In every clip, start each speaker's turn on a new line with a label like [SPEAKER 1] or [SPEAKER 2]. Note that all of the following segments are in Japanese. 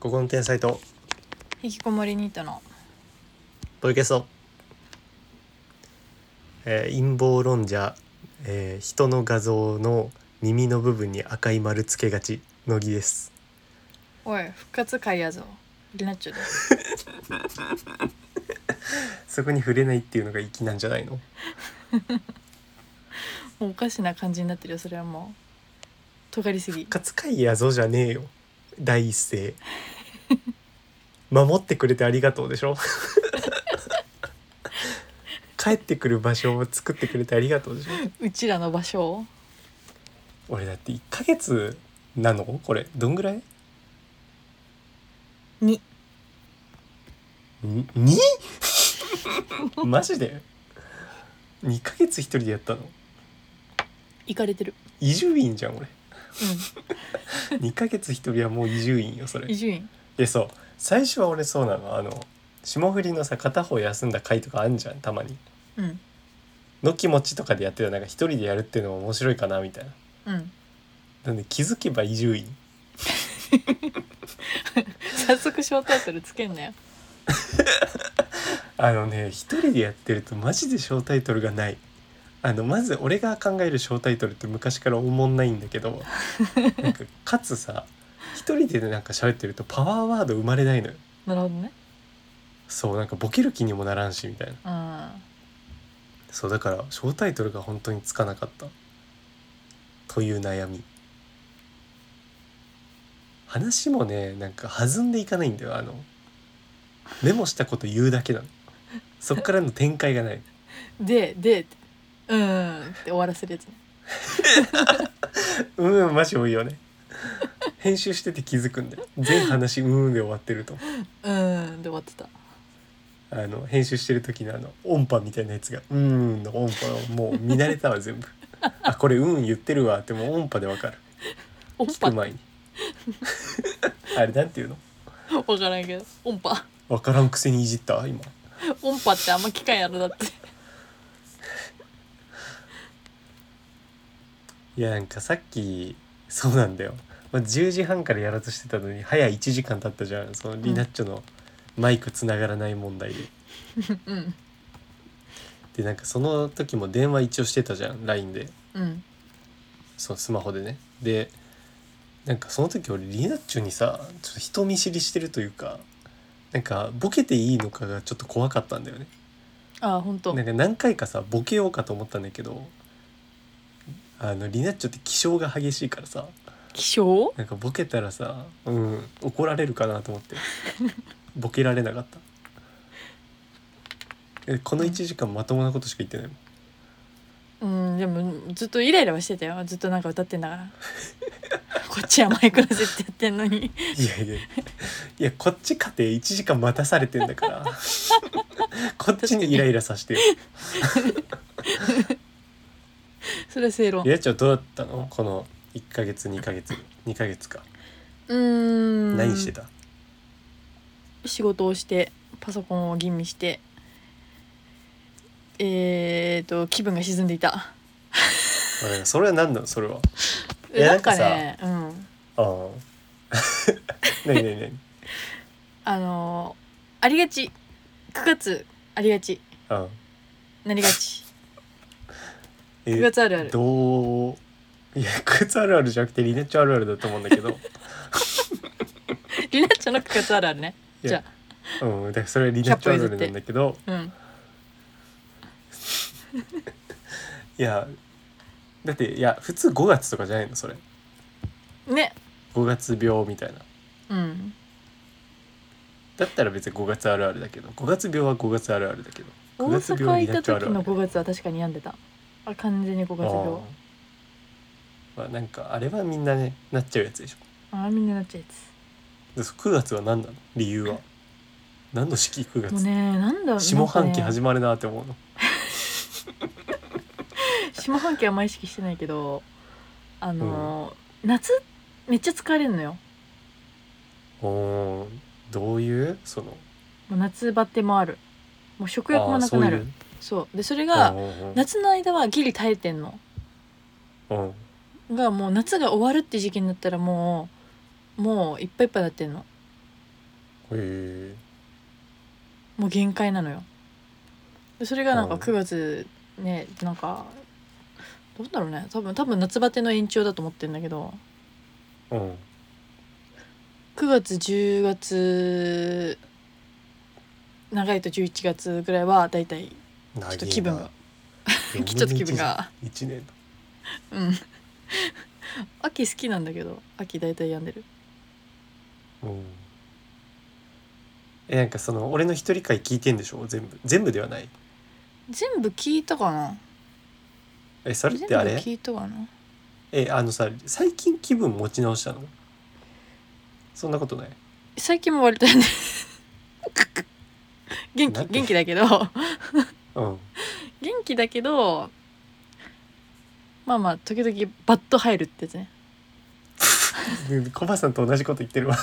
[SPEAKER 1] ここの天才と
[SPEAKER 2] 引きこもりニートの
[SPEAKER 1] ボイケソ、えー陰謀論者、えー人の画像の耳の部分に赤い丸つけがち乃木です
[SPEAKER 2] おい復活会やぞリナッチョです
[SPEAKER 1] そこに触れないっていうのが粋なんじゃないの
[SPEAKER 2] もうおかしな感じになってるよそれはもう尖りすぎ
[SPEAKER 1] 「勝海やぞ」じゃねえよ第一声守ってくれてありがとうでしょ 帰ってくる場所を作ってくれてありがとうでしょ
[SPEAKER 2] うちらの場所を
[SPEAKER 1] 俺だって1ヶ月なのこれどんぐらい
[SPEAKER 2] に
[SPEAKER 1] にに マジで2ヶ月一人でやったの
[SPEAKER 2] 行かれてる
[SPEAKER 1] 移住員じゃん俺
[SPEAKER 2] う
[SPEAKER 1] 2ヶ月一人はもう移住員よそ
[SPEAKER 2] ん伊
[SPEAKER 1] れ
[SPEAKER 2] 集院
[SPEAKER 1] でそう最初は俺そうなのあの霜降りのさ片方休んだ回とかあんじゃんたまに
[SPEAKER 2] うん
[SPEAKER 1] の気持ちとかでやってたなんか一人でやるっていうのも面白いかなみたいな
[SPEAKER 2] うん
[SPEAKER 1] なんで気づけば移住員
[SPEAKER 2] 早速ショータイトルつけんなよ
[SPEAKER 1] あのね一人でやってるとマジで小タイトルがないあのまず俺が考える小タイトルって昔からおもんないんだけどなんかかつさ一人でなんか喋ってるとパワーワード生まれないのよ
[SPEAKER 2] なるほどね
[SPEAKER 1] そうなんかボケる気にもならんしみたいな
[SPEAKER 2] うん
[SPEAKER 1] そうだから小タイトルが本当につかなかったという悩み話もねなんか弾んでいかないんだよあのメモしたこと言うだけなのそっからの展開がない
[SPEAKER 2] ででうんって終わらせるやつね
[SPEAKER 1] うんマジ多いよね編集してて気づくんだよ全話うんで終わってると
[SPEAKER 2] うんで終わってた
[SPEAKER 1] あの編集してる時のあの音波みたいなやつが「うん」の音波をもう見慣れたわ全部あこれ「うん」言ってるわってもう音波でわかる
[SPEAKER 2] 音
[SPEAKER 1] 聞
[SPEAKER 2] 波
[SPEAKER 1] く前に あれなんていうの
[SPEAKER 2] 分からんけど音波
[SPEAKER 1] わからんくせにいじった今
[SPEAKER 2] 音波ってあんま機会やろだって
[SPEAKER 1] いやなんかさっきそうなんだよ、まあ、10時半からやろうとしてたのに早1時間経ったじゃんそのリナッチョのマイクつながらない問題で、
[SPEAKER 2] うん
[SPEAKER 1] でなんかその時も電話一応してたじゃん LINE で
[SPEAKER 2] うん
[SPEAKER 1] そうスマホでねでなんかその時俺リナッチョにさちょっと人見知りしてるというかなんかボケていいのかがちょっと怖かったんだよね
[SPEAKER 2] ああ本当
[SPEAKER 1] なんか何回かさボケようかと思ったんだけどあのリナッチョって気性が激しいからさ
[SPEAKER 2] 気象
[SPEAKER 1] なんかボケたらさ、うん、怒られるかなと思って ボケられなかったえこの1時間まともなことしか言ってないもん
[SPEAKER 2] うんでもずっとイライラはしてたよずっとなんか歌ってんだから こっちはマイクロセットやってんのに
[SPEAKER 1] いやいやいやこっちかて1時間待たされてんだから こっちにイライラさしてよ
[SPEAKER 2] それは正論
[SPEAKER 1] リナッチョどうだったのこの1ヶ月2ヶ月2ヶ月か
[SPEAKER 2] うーん
[SPEAKER 1] 何してた
[SPEAKER 2] 仕事をしてパソコンを吟味してえー、と気分が沈んでいた
[SPEAKER 1] うんそれは何なのそれはえ
[SPEAKER 2] え
[SPEAKER 1] な
[SPEAKER 2] なんん
[SPEAKER 1] か
[SPEAKER 2] か
[SPEAKER 1] さ
[SPEAKER 2] ねうん
[SPEAKER 1] あ あねえねえねえ
[SPEAKER 2] あのーありがち9月ありがち
[SPEAKER 1] ああ
[SPEAKER 2] なりが ち
[SPEAKER 1] え
[SPEAKER 2] 9月あるある
[SPEAKER 1] どういや靴あるあるじゃなくてリネッチョあるあるだと思うんだけ ど
[SPEAKER 2] リナッチョの9月あるあるね
[SPEAKER 1] い
[SPEAKER 2] じゃ
[SPEAKER 1] やうんだからそれはリネッチョあるあるなんだけど
[SPEAKER 2] あうん
[SPEAKER 1] いやだっていや普通5月とかじゃないのそれ
[SPEAKER 2] ね
[SPEAKER 1] 5月病みたいな
[SPEAKER 2] うん
[SPEAKER 1] だったら別に5月あるあるだけど5月病は5月あるあるだけど
[SPEAKER 2] 大
[SPEAKER 1] 9月病は
[SPEAKER 2] 阪
[SPEAKER 1] リ
[SPEAKER 2] 行
[SPEAKER 1] ネ
[SPEAKER 2] っ
[SPEAKER 1] ッチョ
[SPEAKER 2] た
[SPEAKER 1] ある
[SPEAKER 2] 時
[SPEAKER 1] あ
[SPEAKER 2] の
[SPEAKER 1] る
[SPEAKER 2] 5月は確かに病んでたあ完全に5
[SPEAKER 1] あ
[SPEAKER 2] 月病
[SPEAKER 1] あまあなんかあれはみんなねなっちゃうやつでしょ
[SPEAKER 2] ああみんななっちゃうやつ
[SPEAKER 1] でそ9月は何なの理由は何の式9
[SPEAKER 2] もう
[SPEAKER 1] 月、
[SPEAKER 2] ねなんだ
[SPEAKER 1] 下半期
[SPEAKER 2] なんかね
[SPEAKER 1] 始まるなって思うの
[SPEAKER 2] 下半期はあんま意識してないけどあの、夏めっちゃ疲れるのよ
[SPEAKER 1] おーどういうその
[SPEAKER 2] もう夏バテもあるもう食欲もなくなるそうでそれ
[SPEAKER 1] あー
[SPEAKER 2] が
[SPEAKER 1] そういううんうんうん
[SPEAKER 2] 夏の間はギリ耐えてんの
[SPEAKER 1] うん
[SPEAKER 2] がもう夏が終わるって時期になったらもうもういっぱいいっぱいになってんの
[SPEAKER 1] え
[SPEAKER 2] もう限界なのよでそれがなんか
[SPEAKER 1] うん
[SPEAKER 2] 9月ねなんかどうだろうね多分多分夏バテの延長だと思ってんだけど
[SPEAKER 1] えうん
[SPEAKER 2] 9月10月長いと11月ぐらいはだいたいち
[SPEAKER 1] ちょ
[SPEAKER 2] ょっと気分が ちょっと気分が
[SPEAKER 1] 1年だ
[SPEAKER 2] うん 秋好きなんだけど秋だいたい病んでる
[SPEAKER 1] うんえなんかその俺の一人会聞いてんでしょ全部全部ではない
[SPEAKER 2] 全部聞いたかな
[SPEAKER 1] えそれ
[SPEAKER 2] 全
[SPEAKER 1] っ
[SPEAKER 2] 部
[SPEAKER 1] てあれ
[SPEAKER 2] 聞いたかな
[SPEAKER 1] えあのさ最近気分持ち直したのそんなことない
[SPEAKER 2] 最近も割とやんでる
[SPEAKER 1] なんて
[SPEAKER 2] 元気元気だけど
[SPEAKER 1] うん
[SPEAKER 2] 元気だけどまあまあ時々バット入るってやつね
[SPEAKER 1] でコバさんと同じこと言ってる わ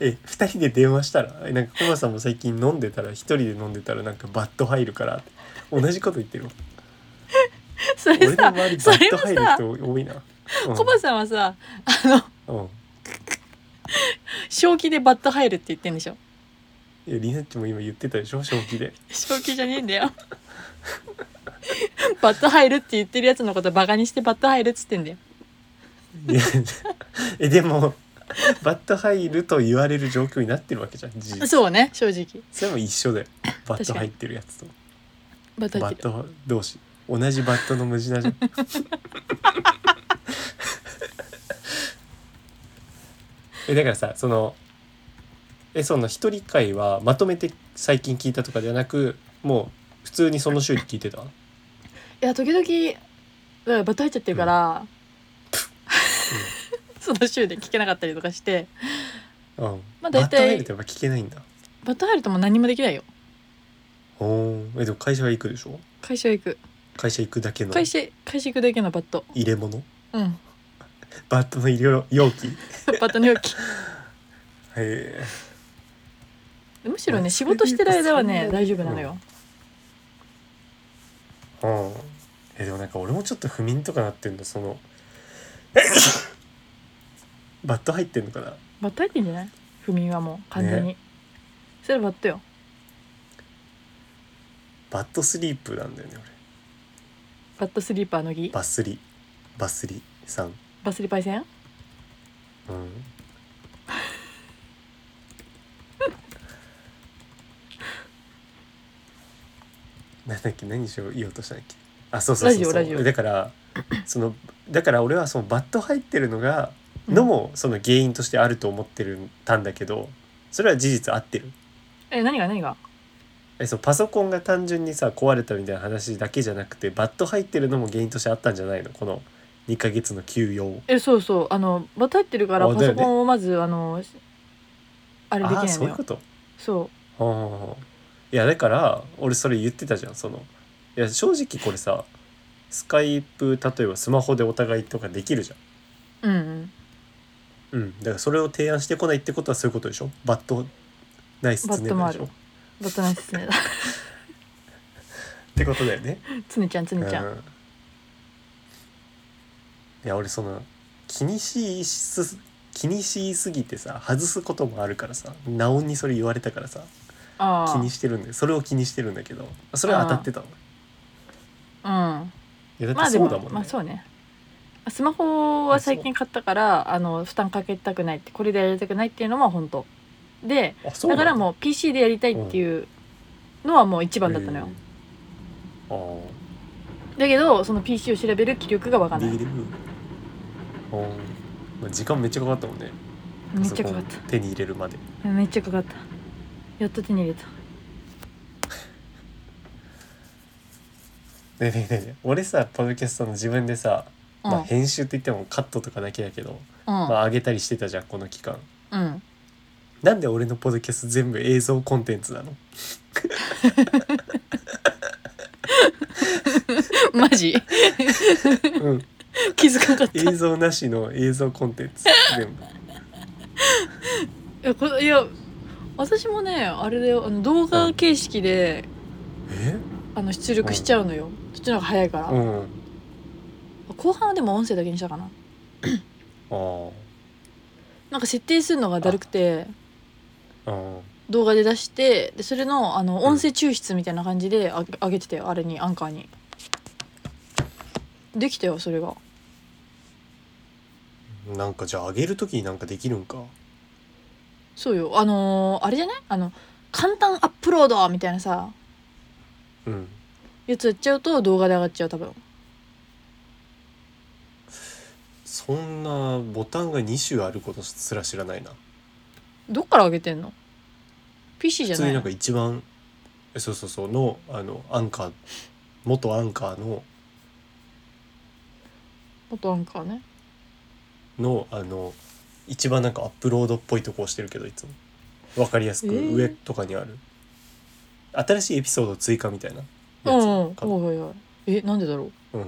[SPEAKER 1] え二人で電話したらえなんかコバさんも最近飲んでたら一人で飲んでたらなんかバット入るからって同じこと言ってるわ
[SPEAKER 2] そ
[SPEAKER 1] 俺
[SPEAKER 2] れ
[SPEAKER 1] の
[SPEAKER 2] さ
[SPEAKER 1] 周りバ
[SPEAKER 2] それ
[SPEAKER 1] ット
[SPEAKER 2] も
[SPEAKER 1] 入
[SPEAKER 2] さ
[SPEAKER 1] る人多いなうん
[SPEAKER 2] コバさんはさあの
[SPEAKER 1] うん
[SPEAKER 2] 正気でバット入るって言ってんでしょ
[SPEAKER 1] いやリナッチも今言ってたでしょ正気で
[SPEAKER 2] 正気じゃねえんだよバット入るって言ってるやつのことバカにしてバット入るっつってんだよ
[SPEAKER 1] いやえでもバット入ると言われる状況になってるわけじゃん事実
[SPEAKER 2] そうね正直
[SPEAKER 1] それも一緒だよバット
[SPEAKER 2] 確かに
[SPEAKER 1] 入ってるやつと
[SPEAKER 2] バット
[SPEAKER 1] バ
[SPEAKER 2] 入っ
[SPEAKER 1] ッ
[SPEAKER 2] てる
[SPEAKER 1] ト同士同じバットの無地なじゃん えだからさそのえその一人会はまとめて最近聞いたとかじゃなくもう普通にその週に聞いてた
[SPEAKER 2] いや時々だからバット入っちゃってるから、その週で聞けなかったりとかして
[SPEAKER 1] うん、
[SPEAKER 2] ま
[SPEAKER 1] バ
[SPEAKER 2] あ
[SPEAKER 1] ッ
[SPEAKER 2] 大体
[SPEAKER 1] ト入るとやっぱ聞けないんだ
[SPEAKER 2] バット入るともう何もできないよ
[SPEAKER 1] おーえでも会社は行くでしょ
[SPEAKER 2] 会社行く
[SPEAKER 1] 会社行くだけの
[SPEAKER 2] 会
[SPEAKER 1] 入
[SPEAKER 2] 社会社行くだけのバット
[SPEAKER 1] れ物
[SPEAKER 2] うん
[SPEAKER 1] バットの入れ容器へ
[SPEAKER 2] バットの容器
[SPEAKER 1] え
[SPEAKER 2] むしろ
[SPEAKER 1] まあ
[SPEAKER 2] ね仕事してる間はね
[SPEAKER 1] それで
[SPEAKER 2] 大丈夫なのよ、
[SPEAKER 1] うんえでもなんか俺もちょっと不眠とかなってんだそのバット入ってんのかな
[SPEAKER 2] バッタ入ってんじゃない不眠はもう完全に、
[SPEAKER 1] ね
[SPEAKER 2] それバッタよ
[SPEAKER 1] バットスリープなんだよね
[SPEAKER 2] バッタスリーパーのぎ
[SPEAKER 1] 俺バスリバスリさんうん
[SPEAKER 2] バスリパイセン
[SPEAKER 1] なんだっけ何しよう言おうとしたんだっけあそうそうそうそう
[SPEAKER 2] ラジオラジオ
[SPEAKER 1] だからそのだから俺はそのバット入ってるのがのもその原因としてあると思ってるたんだけどそれは事実合ってる
[SPEAKER 2] え何が何が
[SPEAKER 1] えそうパソコンが単純にさ壊れたみたいな話だけじゃなくてバット入ってるのも原因としてあったんじゃないのこの2ヶ月の休養
[SPEAKER 2] えそうそうあのバッタ入ってるから
[SPEAKER 1] あ
[SPEAKER 2] パ
[SPEAKER 1] だよ
[SPEAKER 2] ソ
[SPEAKER 1] ね
[SPEAKER 2] コンをまずあのあれでき
[SPEAKER 1] あ
[SPEAKER 2] な
[SPEAKER 1] あ
[SPEAKER 2] い
[SPEAKER 1] そ
[SPEAKER 2] の
[SPEAKER 1] ういう
[SPEAKER 2] よ
[SPEAKER 1] こと
[SPEAKER 2] そう
[SPEAKER 1] ああいやだから俺それ言ってたじゃんそのいや正直これさスカイプ例えばスマホでお互いとかできるじゃん
[SPEAKER 2] うんうん
[SPEAKER 1] うんだからそれを提案してこないってことはそういうことでしょバットナイス常
[SPEAKER 2] バ
[SPEAKER 1] だ
[SPEAKER 2] ッ
[SPEAKER 1] で
[SPEAKER 2] ト
[SPEAKER 1] し
[SPEAKER 2] も
[SPEAKER 1] ょ
[SPEAKER 2] あ
[SPEAKER 1] っ
[SPEAKER 2] るバッタないっすね
[SPEAKER 1] てことだよね
[SPEAKER 2] つねちゃんつねちゃん、
[SPEAKER 1] うん、いや俺その気にしす気にしすぎてさ外すこともあるからさなおにそれ言われたからさ
[SPEAKER 2] あ
[SPEAKER 1] 気
[SPEAKER 2] あ
[SPEAKER 1] にしてるんでそれを気にしてるんだけどそれは当たってたの
[SPEAKER 2] うん
[SPEAKER 1] いやだ
[SPEAKER 2] ま
[SPEAKER 1] っ
[SPEAKER 2] あ
[SPEAKER 1] てそ
[SPEAKER 2] で
[SPEAKER 1] う
[SPEAKER 2] も
[SPEAKER 1] だもんね、
[SPEAKER 2] まあそうねスマホは最近買ったからあの負担かけたくないってこれでやりたくないっていうのも本当で
[SPEAKER 1] あそう
[SPEAKER 2] だ
[SPEAKER 1] なん
[SPEAKER 2] からもう PC でやりたいっていうのはもう一番だったのよ、
[SPEAKER 1] へー。
[SPEAKER 2] だけどその PC を調べる気力がわ
[SPEAKER 1] あ
[SPEAKER 2] か
[SPEAKER 1] あ、
[SPEAKER 2] んな
[SPEAKER 1] ビ
[SPEAKER 2] い
[SPEAKER 1] ール。あーまあ時間めっちゃかかったもんね。
[SPEAKER 2] めっちゃかかっ
[SPEAKER 1] パソコン手に入れるまで。
[SPEAKER 2] ためっちゃかかったやっと手に入れた
[SPEAKER 1] ねえねえねえねえ俺さ、ポッドキャストの自分でさ、まあ
[SPEAKER 2] う
[SPEAKER 1] 編集って言ってもカットとかだけやけど、
[SPEAKER 2] ん
[SPEAKER 1] まあ上げたりしてたじゃんこの期間。
[SPEAKER 2] うん、うん、
[SPEAKER 1] なんで俺のポッドキャスト全部映像コンテンツな の？
[SPEAKER 2] マジ
[SPEAKER 1] うん、
[SPEAKER 2] 気づかなかった
[SPEAKER 1] 映像なしの映像コンテン ツ全部。
[SPEAKER 2] いやこれいや私もねあれだよあの動画形式で
[SPEAKER 1] え？
[SPEAKER 2] あの出力しちゃうのよ、そっちの方が早いから、
[SPEAKER 1] うん。あ
[SPEAKER 2] 後半はでも音声だけにしたかな
[SPEAKER 1] あ。
[SPEAKER 2] なんか設定するのがだるくて
[SPEAKER 1] ううん
[SPEAKER 2] 動画で出してでそれのあの音声抽出みたいな感じであ上げてたよあれにアンカーにできたよそれが
[SPEAKER 1] なんかじゃあ上げる時になんかできるんか
[SPEAKER 2] そうよあのーあれじゃないあの簡単アップロードみたいなさ
[SPEAKER 1] うん
[SPEAKER 2] やつやっちゃうと動画で上がっちゃう多分
[SPEAKER 1] そんなボタンが2種あることすら知らないな
[SPEAKER 2] どっから上げてんの ?PC じ
[SPEAKER 1] 普
[SPEAKER 2] ゃ
[SPEAKER 1] 通
[SPEAKER 2] ない
[SPEAKER 1] にな
[SPEAKER 2] の
[SPEAKER 1] んか一番えそうそうそうのあのアンカー元アンカーの
[SPEAKER 2] 元アンカーね
[SPEAKER 1] のあの一番なんかアップロードっぽいとこ押してるけどいつもわかりやすく
[SPEAKER 2] えー
[SPEAKER 1] 上とかにある、新しいエピソード追加みたいなやつ
[SPEAKER 2] うんうん
[SPEAKER 1] かな
[SPEAKER 2] おいおいおいえなんでだろう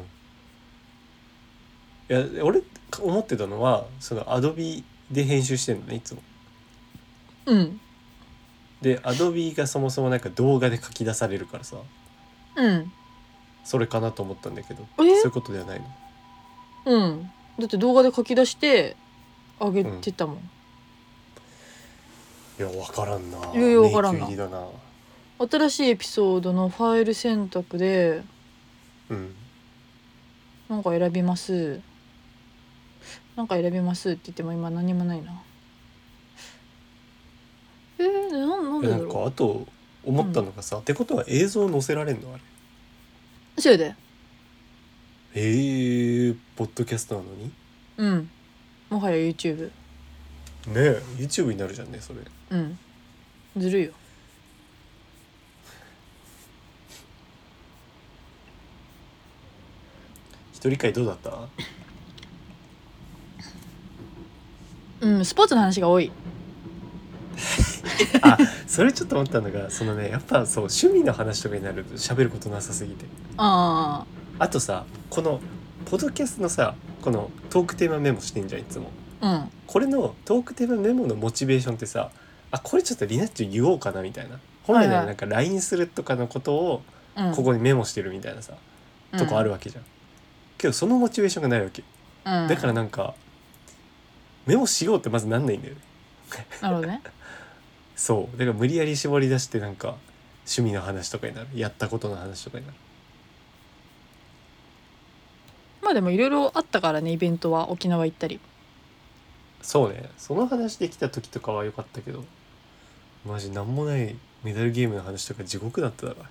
[SPEAKER 1] うんいや俺思ってたのはそのアドビで編集してるのねいつも
[SPEAKER 2] うん
[SPEAKER 1] でアドビがそもそもなんか動画で書き出されるからさ
[SPEAKER 2] うん
[SPEAKER 1] それかなと思ったんだけど
[SPEAKER 2] え
[SPEAKER 1] そういうことではないの
[SPEAKER 2] うんだって動画で書き出して上げてたもん、
[SPEAKER 1] いや分からんない
[SPEAKER 2] やいやわからんな
[SPEAKER 1] 迷宮入りだな
[SPEAKER 2] 新しいエピソードのファイル選択で
[SPEAKER 1] うん
[SPEAKER 2] なんか選びますなんか選びますって言っても今何もないなえー、ななん
[SPEAKER 1] い
[SPEAKER 2] で
[SPEAKER 1] やな
[SPEAKER 2] だ
[SPEAKER 1] ん
[SPEAKER 2] ろ
[SPEAKER 1] かあと思ったのがさ、ってことは映像載せられんのあれ
[SPEAKER 2] うそうだよ
[SPEAKER 1] えー、ポッドキャストなのにね
[SPEAKER 2] うんもはや YouTube
[SPEAKER 1] え YouTube になるじゃんねそれ
[SPEAKER 2] うんずるいよ
[SPEAKER 1] 一人会どうだった
[SPEAKER 2] うんスポーツの話が多い
[SPEAKER 1] あそれちょっと思ったのがそのねやっぱそう趣味の話とかになると喋ることなさすぎて
[SPEAKER 2] あ
[SPEAKER 1] あとさこのポッドキャストのさこのトークテーマメモしてんじゃんいつも
[SPEAKER 2] あうん
[SPEAKER 1] これのトークテーマメモのモチベーションってさあこれちょっとリナッチュ言おうかなみたいな本来ならなんか LINE するとかのことを
[SPEAKER 2] うん
[SPEAKER 1] ここにメモしてるみたいなさ、とこあるわけじゃんけどそのモチベーションがないわけ
[SPEAKER 2] うん、
[SPEAKER 1] だからなんかメモしようってまずなんないんだよね
[SPEAKER 2] なるほどね
[SPEAKER 1] そうだから無理やり絞り出してなんか趣味の話とかになるやったことの話とかになる
[SPEAKER 2] まあでもいろいろあったからねイベントは沖縄行ったり
[SPEAKER 1] そうねその話できた時とかは良かったけどマジなんもないメダルゲームの話とか地獄だっただ から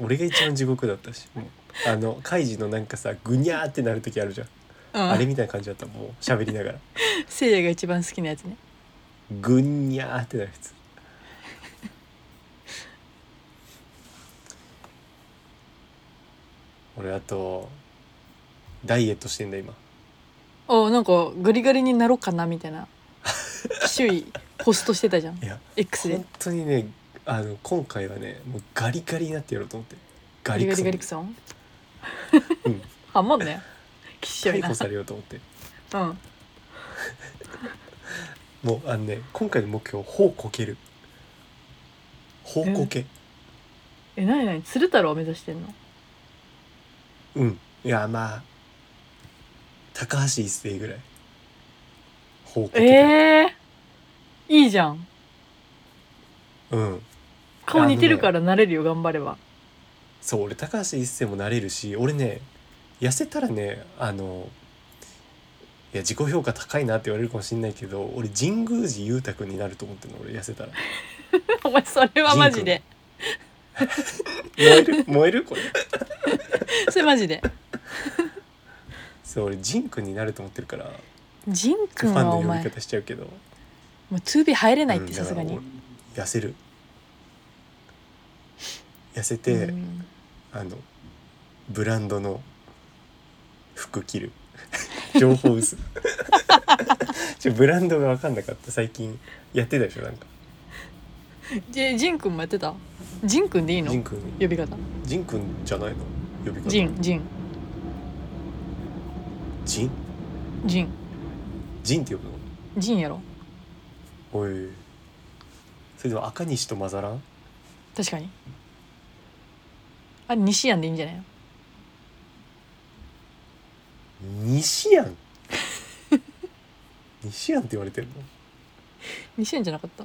[SPEAKER 1] 俺が一番地獄だったしもうあのカイジのなんかさぐにゃーってなる時あるじゃんあれみたいな感じだったもう喋りながら
[SPEAKER 2] せいやが一番好きなやつね
[SPEAKER 1] ぐにゃーってなるや つ俺あとダイエットしてんだ今
[SPEAKER 2] あなんかガリガリになろうかなみたいな周囲ポストしてたじゃん
[SPEAKER 1] いや
[SPEAKER 2] X で
[SPEAKER 1] 本当にねあの今回はねもうガリガリになってやろうと思ってガ
[SPEAKER 2] ガ
[SPEAKER 1] リ
[SPEAKER 2] リ
[SPEAKER 1] ガ
[SPEAKER 2] ガ
[SPEAKER 1] リガリ
[SPEAKER 2] リガリクソン
[SPEAKER 1] うん
[SPEAKER 2] ハマんだよきっしょい
[SPEAKER 1] 逮
[SPEAKER 2] な
[SPEAKER 1] 捕されようと思って
[SPEAKER 2] うん
[SPEAKER 1] もうあのね今回の目標ほうこけるほうこけ
[SPEAKER 2] えなになに鶴太郎を目指してんの
[SPEAKER 1] うんいやまあ高橋一生ぐらいほうこけたい
[SPEAKER 2] えー、いいじゃん
[SPEAKER 1] うん
[SPEAKER 2] 顔似てるからなれるよ頑張れば
[SPEAKER 1] そう俺高橋一生もなれるし俺ね痩せたらねあのいや自己評価高いなって言われるかもしんないけど俺神宮寺勇太君になると思ってんの俺痩せたら
[SPEAKER 2] お前それはマジで
[SPEAKER 1] 燃える燃えるこれ
[SPEAKER 2] それマジで
[SPEAKER 1] そう俺仁君になると思ってるから
[SPEAKER 2] ジン
[SPEAKER 1] フ
[SPEAKER 2] 君
[SPEAKER 1] ァン
[SPEAKER 2] は
[SPEAKER 1] の
[SPEAKER 2] お
[SPEAKER 1] 呼び
[SPEAKER 2] 前も
[SPEAKER 1] 方しちゃうけど
[SPEAKER 2] う 2B 入れないっ
[SPEAKER 1] う
[SPEAKER 2] て
[SPEAKER 1] ん
[SPEAKER 2] さすがに
[SPEAKER 1] だから俺痩せる痩せて、
[SPEAKER 2] うん
[SPEAKER 1] あのブランドの服着る 情報薄 ちょブランドが分かんなかった最近やってたでしょなんか
[SPEAKER 2] でジン君もやってたジン君でいいの
[SPEAKER 1] ジンくん
[SPEAKER 2] 呼び方
[SPEAKER 1] ジンくんじゃないの呼び方
[SPEAKER 2] ジンジン
[SPEAKER 1] ジン
[SPEAKER 2] ジン
[SPEAKER 1] ジンって呼ぶの
[SPEAKER 2] ジンやろ
[SPEAKER 1] おいそれでも赤西と混ざらん
[SPEAKER 2] 確かにあれ西やんでいいんじゃないの
[SPEAKER 1] 西やん西やんって言われてるの
[SPEAKER 2] 2000じゃなかった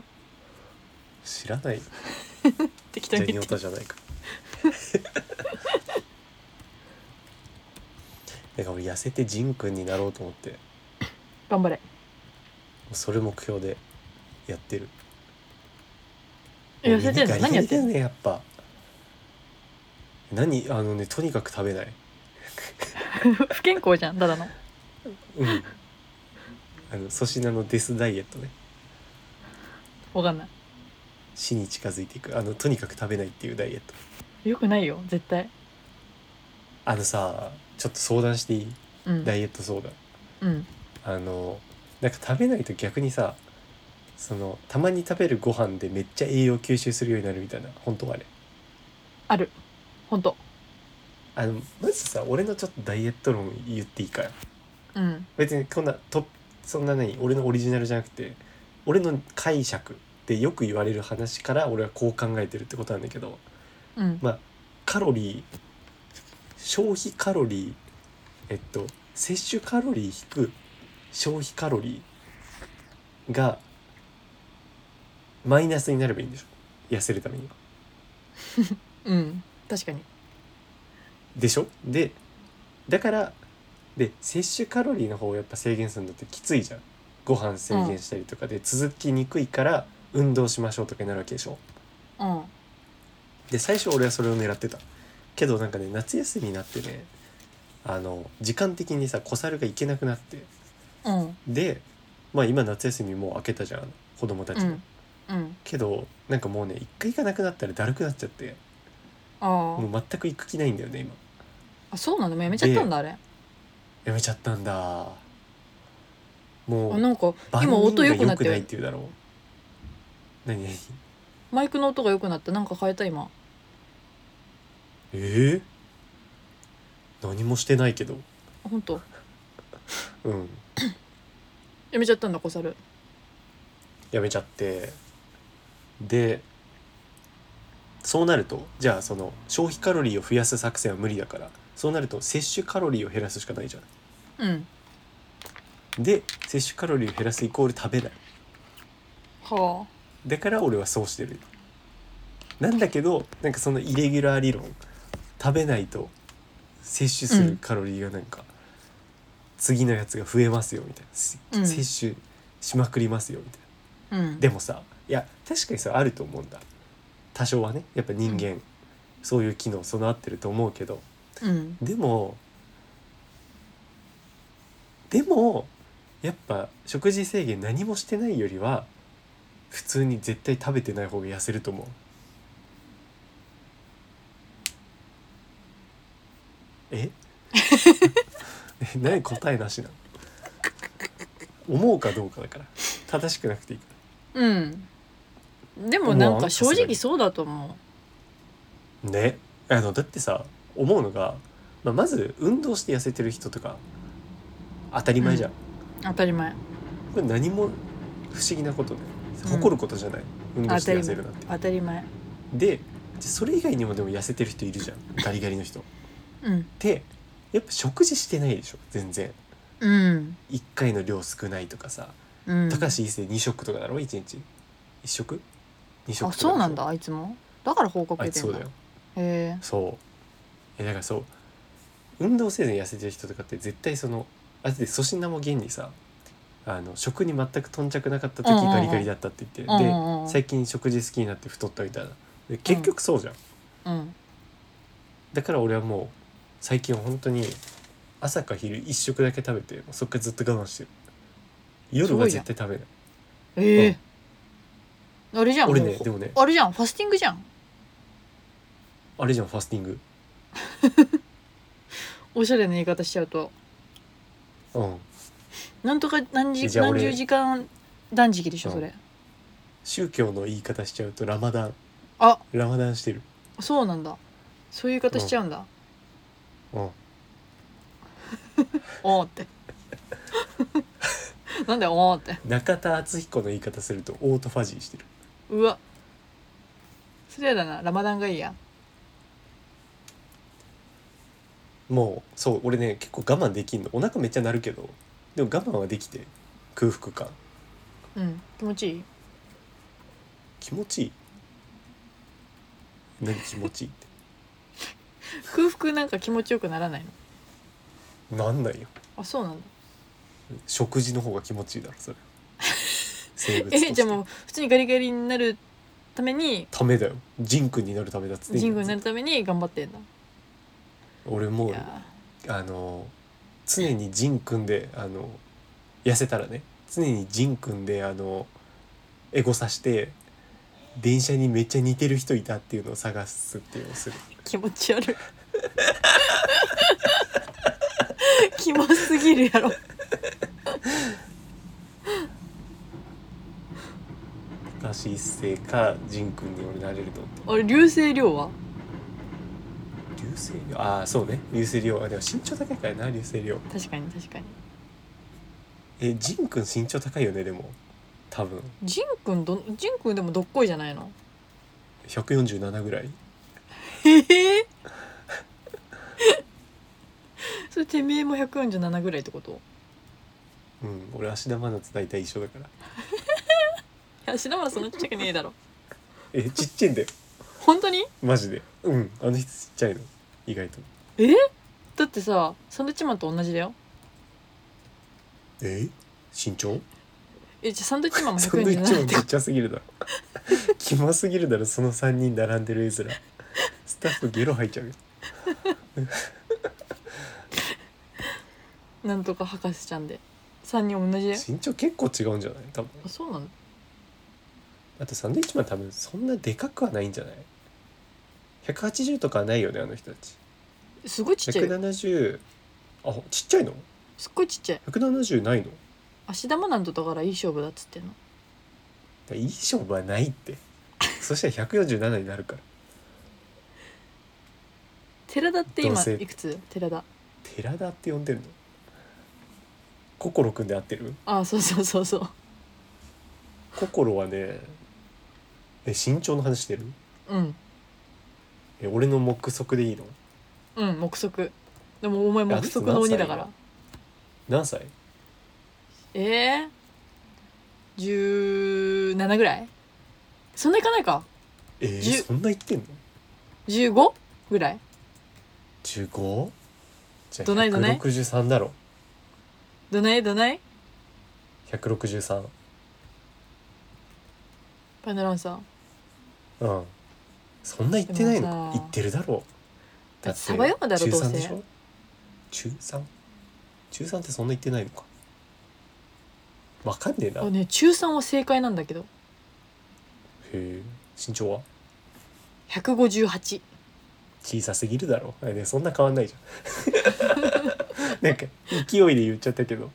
[SPEAKER 1] 知らない
[SPEAKER 2] 適当
[SPEAKER 1] ジャニ
[SPEAKER 2] に言
[SPEAKER 1] オ
[SPEAKER 2] って
[SPEAKER 1] タじゃない かだから俺痩せてジンくんになろうと思って
[SPEAKER 2] 頑張れ
[SPEAKER 1] それ目標でやってる
[SPEAKER 2] 痩せてんの何やってん
[SPEAKER 1] ん
[SPEAKER 2] の
[SPEAKER 1] ねやっぱ何あのねとにかく食べない
[SPEAKER 2] 不健康じゃんただの
[SPEAKER 1] うんあの粗品のデスダイエットね
[SPEAKER 2] わかんな
[SPEAKER 1] 死に近づいていくあのとにかく食べないっていうダイエット
[SPEAKER 2] いよくないよ絶対
[SPEAKER 1] あのさちょっと相談していい
[SPEAKER 2] うん
[SPEAKER 1] ダイエット相談
[SPEAKER 2] うん
[SPEAKER 1] あのなんか食べないと逆にさそのたまに食べるご飯でめっちゃ栄養吸収するようになるみたいな本当はあれ
[SPEAKER 2] あるほんと
[SPEAKER 1] あのまずさ俺のちょっとダイエット論言っていいか
[SPEAKER 2] うん
[SPEAKER 1] 別にこんなとそんな何俺のオリジナルじゃなくて俺の解釈ってよく言われる話から俺はこう考えてるってことなんだけど
[SPEAKER 2] うん
[SPEAKER 1] まあカロリー消費カロリーえっと摂取カロリー引く消費カロリーがマイナスになればいいんでしょ痩せるためには。
[SPEAKER 2] うん確かに
[SPEAKER 1] でしょでだからで摂取カロリーの方をやっぱ制限するのってきついじゃんご飯制限したりとかで続きにくいから運動しましょうとかになるわけでしょ
[SPEAKER 2] うん
[SPEAKER 1] で最初俺はそれを狙ってたけどなんかね夏休みになってねあの時間的にさ小猿が行けなくなって
[SPEAKER 2] うん
[SPEAKER 1] でまあ今夏休みもう明けたじゃん子供たち
[SPEAKER 2] う
[SPEAKER 1] も、
[SPEAKER 2] んうん
[SPEAKER 1] けどなんかもうね一回行かなくなったらだるくなっちゃって
[SPEAKER 2] あ
[SPEAKER 1] もう全く行く気ないんだよね今
[SPEAKER 2] ああそうなのもうやめちゃったんだあれ
[SPEAKER 1] やめちゃったんだもう
[SPEAKER 2] あなんか
[SPEAKER 1] 万
[SPEAKER 2] 今
[SPEAKER 1] 人
[SPEAKER 2] 音
[SPEAKER 1] が
[SPEAKER 2] 良くな
[SPEAKER 1] 良
[SPEAKER 2] っ
[SPEAKER 1] く
[SPEAKER 2] た
[SPEAKER 1] ないっ
[SPEAKER 2] よ
[SPEAKER 1] ていうだろう何何
[SPEAKER 2] マイクの音が良くなったなんか変えた今
[SPEAKER 1] えー、何もしてないけど
[SPEAKER 2] あほんと
[SPEAKER 1] うん
[SPEAKER 2] やめちゃったんだ小猿
[SPEAKER 1] やめちゃってでそうなるとじゃあその消費カロリーを増やす作戦は無理だからそうなると摂取カロリーを減らすしかないじゃ
[SPEAKER 2] うん
[SPEAKER 1] んで摂取カロリーを減らすイコール食べない
[SPEAKER 2] は
[SPEAKER 1] だから俺はそうしてるなんだけどなんかそのイレギュラー理論食べないと摂取す
[SPEAKER 2] うん
[SPEAKER 1] るカロリーがなんか、次のやつが増えますよみたいな、せ
[SPEAKER 2] うん
[SPEAKER 1] 摂取しまくりますよみたいな
[SPEAKER 2] あうん
[SPEAKER 1] でもさいや確かにさあると思うんだ多少はねやっぱ人間、そういう機能備わってると思うけど
[SPEAKER 2] うん
[SPEAKER 1] でもでもやっぱ食事制限何もしてないよりは普通に絶対食べてない方が痩せると思うえ え何答えなしなの思うかどうかだから正しくなくていいから
[SPEAKER 2] うんでもなん
[SPEAKER 1] もう
[SPEAKER 2] か正
[SPEAKER 1] さすが
[SPEAKER 2] 直
[SPEAKER 1] に
[SPEAKER 2] そうだと思う
[SPEAKER 1] ねあのだってさ思うのが、まあ、まず運動して痩せてる人とか当たり前じゃん、
[SPEAKER 2] 当たり前
[SPEAKER 1] これ何も不思議なことで
[SPEAKER 2] うん
[SPEAKER 1] 誇ることじゃない、運動
[SPEAKER 2] 当
[SPEAKER 1] したて
[SPEAKER 2] り
[SPEAKER 1] 痩せ
[SPEAKER 2] 前
[SPEAKER 1] るなんて
[SPEAKER 2] 当たり前
[SPEAKER 1] でじゃそれ以外にもでも痩せてる人いるじゃんガリガリの人
[SPEAKER 2] うん
[SPEAKER 1] でやっぱ食事してないでしょ全然
[SPEAKER 2] うん
[SPEAKER 1] 1回の量少ないとかさ、
[SPEAKER 2] うん
[SPEAKER 1] 高橋一生2食とかだろ1日1食2食とかで
[SPEAKER 2] あ
[SPEAKER 1] しょ
[SPEAKER 2] そうなんだあいつもだから報告
[SPEAKER 1] あ
[SPEAKER 2] 出
[SPEAKER 1] い
[SPEAKER 2] て
[SPEAKER 1] つ
[SPEAKER 2] ん
[SPEAKER 1] そう
[SPEAKER 2] だ
[SPEAKER 1] だよ
[SPEAKER 2] へえ
[SPEAKER 1] そうえだからそう運動せずに痩せてる人とかって絶対そのあで粗品も現にさあの食に全く頓着なかった時
[SPEAKER 2] うんうんうん
[SPEAKER 1] ガリガリだったって言
[SPEAKER 2] う
[SPEAKER 1] って、
[SPEAKER 2] ん
[SPEAKER 1] で
[SPEAKER 2] うんうん
[SPEAKER 1] 最近食事好きになって太ったみたいなで結局そうじゃん、
[SPEAKER 2] うん
[SPEAKER 1] だから俺はもう最近は本当に朝か昼一食だけ食べてそっからずっと我慢してる夜
[SPEAKER 2] すご
[SPEAKER 1] はい
[SPEAKER 2] じゃん
[SPEAKER 1] 絶対食べない
[SPEAKER 2] ええあれじゃん
[SPEAKER 1] 俺
[SPEAKER 2] もう
[SPEAKER 1] ねでもね
[SPEAKER 2] あれじゃんファスティングじゃん
[SPEAKER 1] あれじゃんファスティング
[SPEAKER 2] おしゃれな言い方しちゃうと
[SPEAKER 1] うん
[SPEAKER 2] なんとか何時
[SPEAKER 1] じゃあ
[SPEAKER 2] 何
[SPEAKER 1] 俺
[SPEAKER 2] 十時間断食でしょ
[SPEAKER 1] うん
[SPEAKER 2] それ
[SPEAKER 1] 宗教の言い方しちゃうとラマダン
[SPEAKER 2] あ
[SPEAKER 1] ラマダンしてる
[SPEAKER 2] そうなんだそういう言い方しちゃうんだ
[SPEAKER 1] うん
[SPEAKER 2] おおって なんだよおおって
[SPEAKER 1] 中田敦彦の言い方するとオートファジーしてる
[SPEAKER 2] うわそれやだなラマダンがいいや
[SPEAKER 1] もうそう俺ね結構我慢できんのお腹めっちゃ鳴るけどでも我慢はできて空腹感
[SPEAKER 2] うん気持ちいい
[SPEAKER 1] 気持ちいい何気持ちいいっ
[SPEAKER 2] 空腹なんか気持ちよくならないの
[SPEAKER 1] てなんないよ
[SPEAKER 2] あそうなんだ
[SPEAKER 1] 食事の方が気持ちいいだろ それ生物として
[SPEAKER 2] えじゃあもう普通にガリガリになるために
[SPEAKER 1] ためだよジン君になるためだっつって
[SPEAKER 2] 人工になるために頑張ってんだ
[SPEAKER 1] 俺も
[SPEAKER 2] いうや
[SPEAKER 1] あの常にジン君であの痩せたらね常にジン君であのエゴさして電車にめっちゃ似てる人いたっていうのを探すっていうのをする
[SPEAKER 2] ー気持ち悪い キモすぎるやろ
[SPEAKER 1] 高橋一生かジン君に俺なれると思って
[SPEAKER 2] 俺流星量は
[SPEAKER 1] 流星量ああそうね流星量あでも身長高いからな流星量
[SPEAKER 2] 確かに確かに
[SPEAKER 1] えジン君身長高いよねでも多分
[SPEAKER 2] ジンくんどんジンくんでもどっこいじゃないの
[SPEAKER 1] 147ぐらい
[SPEAKER 2] へえ それてめえも147ぐらいってこと
[SPEAKER 1] うん俺芦田愛菜と大体一緒だから
[SPEAKER 2] いや芦田愛菜そんなちっちゃくねえだろ
[SPEAKER 1] えちっちゃいんだよ
[SPEAKER 2] 本当に
[SPEAKER 1] マジでうんあの人ちっちゃいの意外と
[SPEAKER 2] えだってさサンドイッチマンと同じだよ
[SPEAKER 1] え身長
[SPEAKER 2] えじゃあサンドイッチマンも
[SPEAKER 1] サンドイッチマ
[SPEAKER 2] 147
[SPEAKER 1] ン
[SPEAKER 2] って
[SPEAKER 1] ちっちゃすぎるだろ キモすぎるだろその3人並んでる絵面スタッフゲロ吐いちゃうよ
[SPEAKER 2] なんとか博士ちゃんで3人同じだよ
[SPEAKER 1] 身長結構違うんじゃない多分
[SPEAKER 2] あそうなの
[SPEAKER 1] あとサンドイッチマン多分そんなでかくはないんじゃない180とかはないよねあの人たち
[SPEAKER 2] すごいちっちゃいよ
[SPEAKER 1] 170あちっちゃいの
[SPEAKER 2] すっごいちっちゃい
[SPEAKER 1] 170ないの
[SPEAKER 2] 芦田愛菜とだからいい勝負だっつってんの
[SPEAKER 1] いい勝負はないってそしたら147になるから
[SPEAKER 2] 寺田って
[SPEAKER 1] ど
[SPEAKER 2] 今
[SPEAKER 1] うせ
[SPEAKER 2] いくつ寺田
[SPEAKER 1] 寺田って呼んでんの心くんで合ってる
[SPEAKER 2] あそうそうそうそう
[SPEAKER 1] 心はねえ身長の話してる
[SPEAKER 2] うん
[SPEAKER 1] え俺の目測でいいの
[SPEAKER 2] うん目測でもお前目測の鬼だから
[SPEAKER 1] 何歳
[SPEAKER 2] ええー、17ぐらいそんないかないか
[SPEAKER 1] えー
[SPEAKER 2] 10
[SPEAKER 1] そんな言ってんの
[SPEAKER 2] 15? ぐらい
[SPEAKER 1] ?15? じゃあ
[SPEAKER 2] どないどない
[SPEAKER 1] 163だろ
[SPEAKER 2] どないどない
[SPEAKER 1] 163
[SPEAKER 2] パンダランさん
[SPEAKER 1] うんそんな言ってない
[SPEAKER 2] でも
[SPEAKER 1] の
[SPEAKER 2] さ
[SPEAKER 1] 言ってるだろ
[SPEAKER 2] だってサバ読むだろ
[SPEAKER 1] 中
[SPEAKER 2] どう
[SPEAKER 1] 3
[SPEAKER 2] せ
[SPEAKER 1] でしょ中 3? 中3ってそんな言ってないのかわかんねえな
[SPEAKER 2] あ
[SPEAKER 1] へ
[SPEAKER 2] ね中3は正解なんだけど
[SPEAKER 1] え身長は
[SPEAKER 2] 158
[SPEAKER 1] 小さすぎるだろあれねそんな変わんないじゃん なんか勢いで言っちゃったけど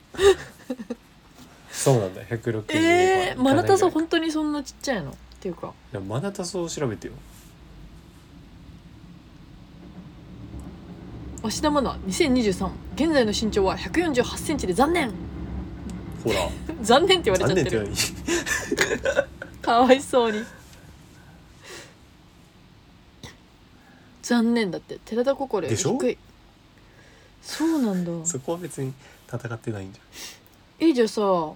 [SPEAKER 1] そうなんだ160
[SPEAKER 2] ええー、マナタソ
[SPEAKER 1] ソ
[SPEAKER 2] ウ本当にそんなちっちゃいのっていうか
[SPEAKER 1] マナタソを調べてよ
[SPEAKER 2] 芦田愛菜2023現在の身長は1 4 8ンチで残念
[SPEAKER 1] ほら
[SPEAKER 2] 残念って言われちゃ
[SPEAKER 1] 残
[SPEAKER 2] って
[SPEAKER 1] 念って
[SPEAKER 2] る
[SPEAKER 1] 何
[SPEAKER 2] かわいそうに残念だって寺田心より
[SPEAKER 1] でしょ
[SPEAKER 2] 低いそうなん だ
[SPEAKER 1] そこは別に戦ってないんじ
[SPEAKER 2] えじゃあさ、
[SPEAKER 1] ゃん、
[SPEAKER 2] こ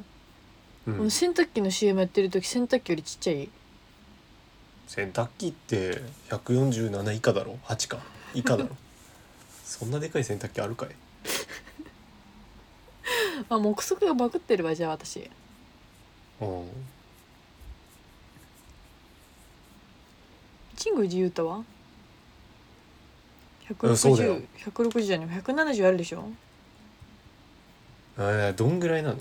[SPEAKER 1] う
[SPEAKER 2] の
[SPEAKER 1] ん、
[SPEAKER 2] 洗濯機の CM やってる時洗濯機よりちっちゃい
[SPEAKER 1] 洗濯機って147以下だろ8か以下だろ そんなでかい洗濯機あるかい
[SPEAKER 2] あ目測がバグってるわじゃあ私
[SPEAKER 1] うん
[SPEAKER 2] 神宮寺勇太は
[SPEAKER 1] うんそうだよ
[SPEAKER 2] 160 160じゃない170あるでしょ
[SPEAKER 1] えーどんぐらいなのい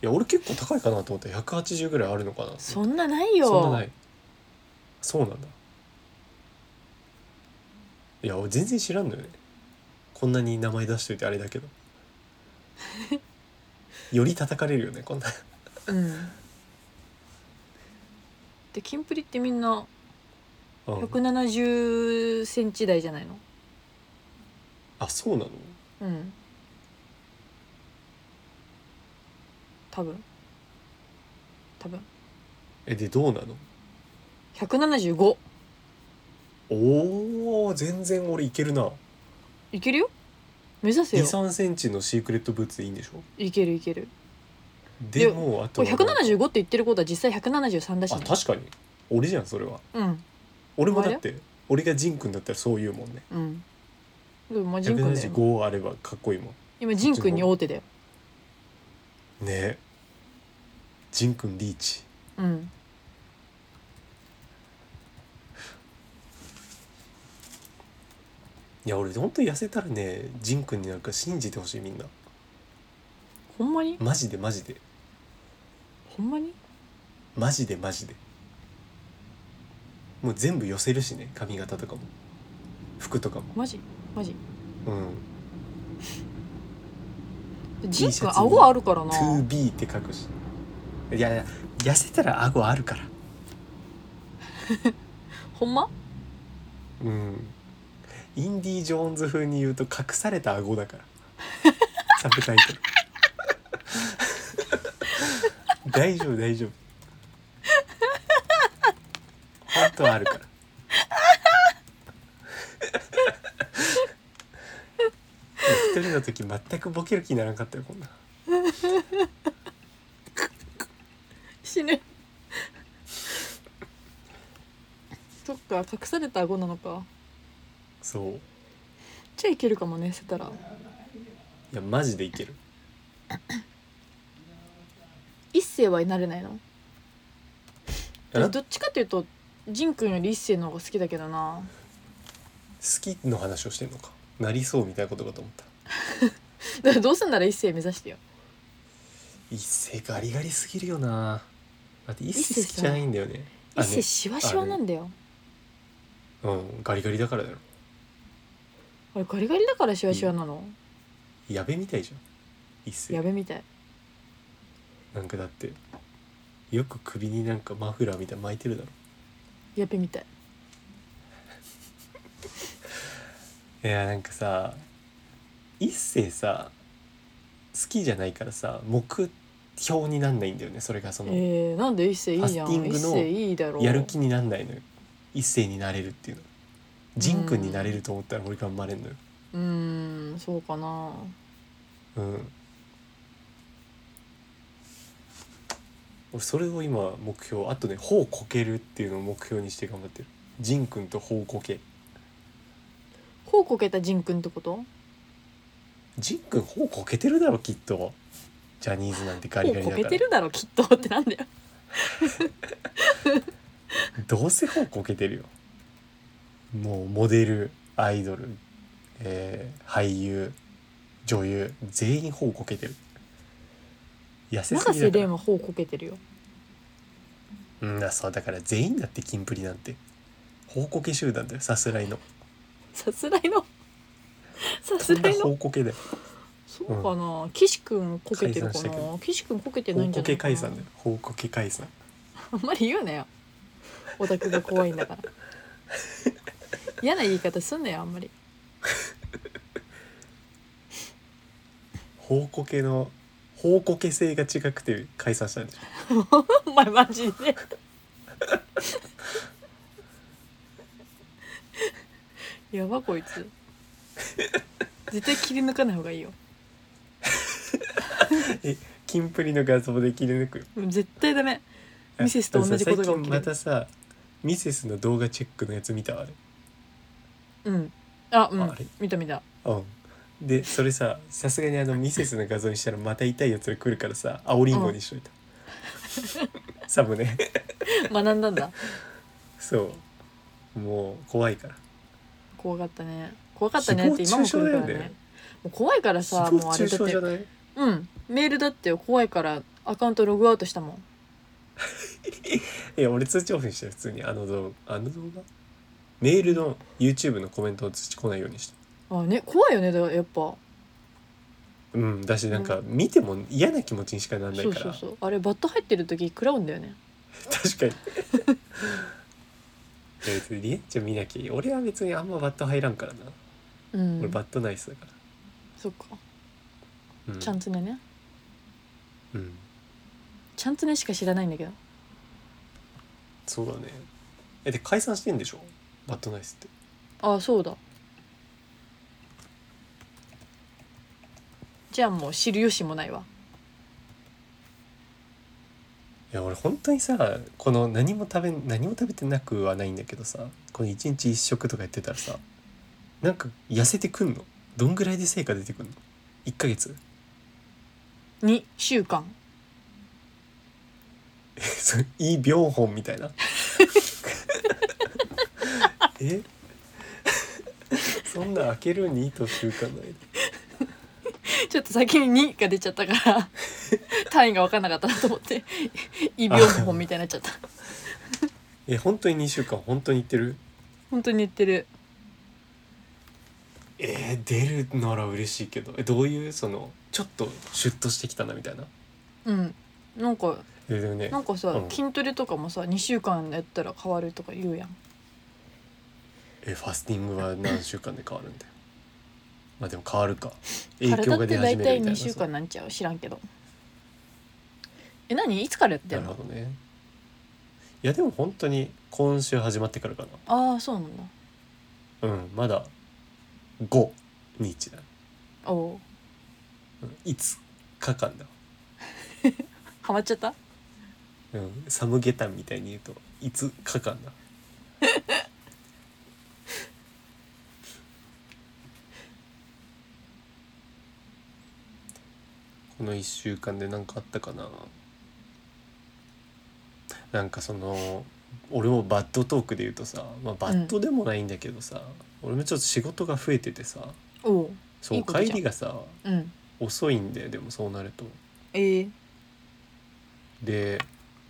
[SPEAKER 1] や俺結構高いかなと思って180ぐらいあるのかな
[SPEAKER 2] そんなないよ
[SPEAKER 1] そんなないそうなんだいや俺全然知らんのよねこんなに名前出しといてあれだけどより叩かれるよねこんな
[SPEAKER 2] うんでキンプリってみんな
[SPEAKER 1] うん
[SPEAKER 2] 170センチ台じゃないの
[SPEAKER 1] あそうなの
[SPEAKER 2] うん多分多分
[SPEAKER 1] えでどうなの
[SPEAKER 2] 175
[SPEAKER 1] おー全然俺いけるない
[SPEAKER 2] けるよ目指せ
[SPEAKER 1] 2
[SPEAKER 2] よ
[SPEAKER 1] 3センチのシークレットブーツでいいんでしょ
[SPEAKER 2] いけるいける
[SPEAKER 1] でもうあ
[SPEAKER 2] ことれ175って言ってることは実際173だし
[SPEAKER 1] あ
[SPEAKER 2] ね
[SPEAKER 1] 確かに俺じゃんそれは
[SPEAKER 2] うん
[SPEAKER 1] 俺もだって俺がジンくんだったらそう言うもんね
[SPEAKER 2] うんでもまあジン君だよ
[SPEAKER 1] 175あればかっこいいも
[SPEAKER 2] 今ジン君に大手だよ
[SPEAKER 1] んねジンくんリーチ
[SPEAKER 2] うん
[SPEAKER 1] いや俺ほんと痩せたらねジンくんになんか信じてほしいみんな
[SPEAKER 2] ほんまに
[SPEAKER 1] マジでマジで
[SPEAKER 2] ほんまに
[SPEAKER 1] マジでマジでもう全部寄せるしね髪型とかも服とかも
[SPEAKER 2] マジマジ
[SPEAKER 1] うん
[SPEAKER 2] ジン
[SPEAKER 1] T シャ
[SPEAKER 2] 君
[SPEAKER 1] ツに
[SPEAKER 2] 顎あるからな
[SPEAKER 1] 2B って書くしいやいや痩せたら顎あるから
[SPEAKER 2] ほんま
[SPEAKER 1] うんインディ・ジョーンズ風に言うと隠された顎だ からサブタイトル大丈夫大丈夫本当はあるから一人の時全くボケる気にならなかったよこんな
[SPEAKER 2] 死ぬ そっか隠された顎なのか
[SPEAKER 1] そう
[SPEAKER 2] じゃあいけるかもねせたら
[SPEAKER 1] いやマジでいける
[SPEAKER 2] 一世はなれないの
[SPEAKER 1] え
[SPEAKER 2] 私どっちかっていうとジン君より一世の方が好きだけどな
[SPEAKER 1] 好きの話をしてんのかなりそうみたいなことかと思った
[SPEAKER 2] だからどうすんなら一世目指してよ
[SPEAKER 1] 一世ガリガリすぎるよなだって一
[SPEAKER 2] 一
[SPEAKER 1] 世
[SPEAKER 2] 世
[SPEAKER 1] 好きじゃないんだよね
[SPEAKER 2] 一
[SPEAKER 1] あ
[SPEAKER 2] 世シワシワなんだよ
[SPEAKER 1] ねうんガリガリだからだろ
[SPEAKER 2] あれガリガリだからシワシワなの
[SPEAKER 1] やべみたいじゃん一
[SPEAKER 2] や
[SPEAKER 1] 世
[SPEAKER 2] べみたい
[SPEAKER 1] なんかだってよく首になんかマフラーみたいなの巻いてるだろ
[SPEAKER 2] やべみたい
[SPEAKER 1] いやなんかさ一世さ好きじゃないからさ目標になんないんだよねそれがその
[SPEAKER 2] えー、なんで一世いいじゃ
[SPEAKER 1] ファ
[SPEAKER 2] ん
[SPEAKER 1] スティング
[SPEAKER 2] 一
[SPEAKER 1] の
[SPEAKER 2] 世いいだろう
[SPEAKER 1] やる気になんないのよ一世になれるっていうの仁君になれると思ったら俺頑張れんのよ
[SPEAKER 2] うーんそうかな
[SPEAKER 1] うん俺それを今目標あとね頬こけるっていうのを目標にして頑張ってるジン君と頬こけ
[SPEAKER 2] こうこけたジン君ってこと
[SPEAKER 1] ジン君頬こけてるだろきっとジャニーズなんてガ
[SPEAKER 2] こ
[SPEAKER 1] リ
[SPEAKER 2] う
[SPEAKER 1] ガリ
[SPEAKER 2] こ
[SPEAKER 1] だ
[SPEAKER 2] け
[SPEAKER 1] か
[SPEAKER 2] て
[SPEAKER 1] ら
[SPEAKER 2] るだろきっとってなんだよ
[SPEAKER 1] どうせ頬こけてるよもうモデルアイドル、えー俳優女優全員頬こけてる痩せす
[SPEAKER 2] 永
[SPEAKER 1] ぎ
[SPEAKER 2] 瀬
[SPEAKER 1] だか
[SPEAKER 2] 廉
[SPEAKER 1] ら
[SPEAKER 2] は頬こけてるよ
[SPEAKER 1] うんあそうだから全員だってキンプリなんて頬こけ集団だよさすらいの
[SPEAKER 2] さすらい のさ
[SPEAKER 1] と
[SPEAKER 2] す
[SPEAKER 1] んだ
[SPEAKER 2] らいの
[SPEAKER 1] 方向系で
[SPEAKER 2] そうかな、岸君こけて
[SPEAKER 1] 解
[SPEAKER 2] る
[SPEAKER 1] 散し
[SPEAKER 2] か
[SPEAKER 1] たけ
[SPEAKER 2] な
[SPEAKER 1] ど
[SPEAKER 2] 岸君こけてない
[SPEAKER 1] 方
[SPEAKER 2] んじゃ
[SPEAKER 1] 向
[SPEAKER 2] な
[SPEAKER 1] 系
[SPEAKER 2] いかな
[SPEAKER 1] 解散だよ方向系解散
[SPEAKER 2] あんまり言うなよオタクが怖いん だから嫌な言い方すんなよあんまり
[SPEAKER 1] 方向系の方向系性が違くて解散したんでしょ
[SPEAKER 2] お前マジ でやばこいつ絶対切り抜かない方がいいよ
[SPEAKER 1] キンプリの画像で切り抜くよ
[SPEAKER 2] 絶対ダメミセスと同じことが起きる
[SPEAKER 1] 最近またさミセスの動画チェックのやつ見たあれ
[SPEAKER 2] うんあうん
[SPEAKER 1] あれ
[SPEAKER 2] 見た見た
[SPEAKER 1] うんでそれささすがにあのミセスの画像にしたらまた痛いやつが来るからさ青りんごにしといた、サムね
[SPEAKER 2] 学んだんだ
[SPEAKER 1] そうもう怖いから
[SPEAKER 2] 怖かったね怖かったねって今も来
[SPEAKER 1] 誹謗中傷
[SPEAKER 2] る
[SPEAKER 1] だ
[SPEAKER 2] か
[SPEAKER 1] よ
[SPEAKER 2] らね
[SPEAKER 1] ね
[SPEAKER 2] もう怖いからさ
[SPEAKER 1] 誹
[SPEAKER 2] もう
[SPEAKER 1] 謗
[SPEAKER 2] あれ
[SPEAKER 1] 中
[SPEAKER 2] だっ
[SPEAKER 1] 傷じゃ
[SPEAKER 2] て
[SPEAKER 1] ない
[SPEAKER 2] うんメールだってよ怖いからアカウントログアウトしたもん
[SPEAKER 1] いや俺通知オフにしてる普通にあの動画あの動画メールの YouTube のコメントの通知来ないようにして
[SPEAKER 2] あね怖いよねだやっぱ
[SPEAKER 1] うんだしなんか見ても嫌な気持ちにしかならない
[SPEAKER 2] そ
[SPEAKER 1] か
[SPEAKER 2] う
[SPEAKER 1] ら
[SPEAKER 2] そうそうあれバット入ってる時食らうんだよね
[SPEAKER 1] 確 かにいや別にリエッチョ見なきゃいい俺は別にあんまバット入らんからな、
[SPEAKER 2] う
[SPEAKER 1] 俺
[SPEAKER 2] ん
[SPEAKER 1] バットナイスだか
[SPEAKER 2] そっか
[SPEAKER 1] ら、うん、
[SPEAKER 2] ちゃんつねね
[SPEAKER 1] うん
[SPEAKER 2] ちゃんつねしか知らないんだけど
[SPEAKER 1] そうだねえで解散してんでしょバットナイスって
[SPEAKER 2] あそうだじゃあもう知る由もないわ
[SPEAKER 1] いや俺本当にさこの何も食べ何も食べてなくはないんだけどさこの一日一食とかやってたらさなんか痩せてくんのどんぐらいで成果出てくんの1ヶ月
[SPEAKER 2] 2週間
[SPEAKER 1] そういい病本みたいな え そんな開ける2と週間ない
[SPEAKER 2] ちょっと先に2が出ちゃったから 単位が分かんなかったなと思って異病本みたいになっち ゃった
[SPEAKER 1] え本当に2週間本当にいってる
[SPEAKER 2] 本当に言ってる
[SPEAKER 1] えー、出るなら嬉しいけどえどういうそのちょっとシュッとしてきたなみたいな
[SPEAKER 2] うんなんか
[SPEAKER 1] えでもね
[SPEAKER 2] なんかさ、
[SPEAKER 1] うん
[SPEAKER 2] 筋トレとかもさ2週間やったら変わるとか言うやん
[SPEAKER 1] えファスティングは何週間で変わるんだよまあでも変わる か影響
[SPEAKER 2] 体
[SPEAKER 1] が
[SPEAKER 2] って
[SPEAKER 1] 出始める
[SPEAKER 2] 大体
[SPEAKER 1] みたいな
[SPEAKER 2] 2週間なんちゃう知らんけどえ何いつからやって
[SPEAKER 1] なんるほ
[SPEAKER 2] の
[SPEAKER 1] どねいやでも本当に今週始まってからか
[SPEAKER 2] ああそうなんだ
[SPEAKER 1] なうんまだ5日だ、
[SPEAKER 2] おお
[SPEAKER 1] うん、5日間だ
[SPEAKER 2] ハマっちゃった
[SPEAKER 1] うんサムゲタンみたいに言うと5日間だ この1週間で何かあったかななんかその俺もバッドトークで言うとさ、まあ、バッドでもないんだけどさ、俺もちょっと仕事が増えててさ
[SPEAKER 2] おおう
[SPEAKER 1] そう
[SPEAKER 2] いいことじゃん
[SPEAKER 1] 帰りがさ
[SPEAKER 2] うん
[SPEAKER 1] 遅いんだよでもそうなると。
[SPEAKER 2] えー、
[SPEAKER 1] で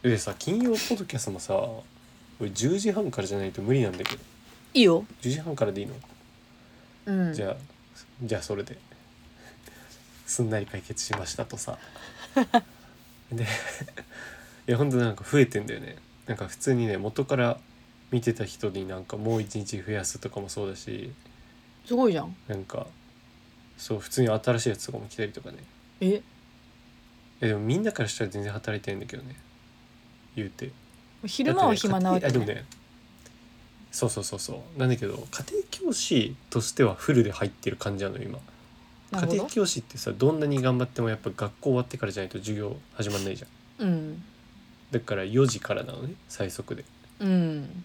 [SPEAKER 1] でさ金曜ポッドキャストもさ俺10時半からじゃないと無理なんだけど
[SPEAKER 2] いいよ
[SPEAKER 1] 10時半からでいいの、
[SPEAKER 2] うん
[SPEAKER 1] じゃあじゃあそれですんなり解決しましたと さでいやほんとなんか増えてんだよねなんか普通にね元から見てた人になんかもう一日増やすとかもそうだし
[SPEAKER 2] すごいじゃん
[SPEAKER 1] なんかそう普通に新しいやつとかも来たりとかね
[SPEAKER 2] え
[SPEAKER 1] いやでもみんなからしたら全然働いてないんだけどね言うて
[SPEAKER 2] 昼間は暇なわけ、
[SPEAKER 1] だってね家庭あでもねそうそうそうそうなんだけど家庭教師としてはフルで入ってる感じなの今
[SPEAKER 2] な
[SPEAKER 1] 家
[SPEAKER 2] るほ
[SPEAKER 1] 庭
[SPEAKER 2] ど
[SPEAKER 1] 教師ってさどんなに頑張ってもやっぱ学校終わってからじゃないと授業始まんないじゃん
[SPEAKER 2] うん
[SPEAKER 1] だから4時からなのね最速で
[SPEAKER 2] うん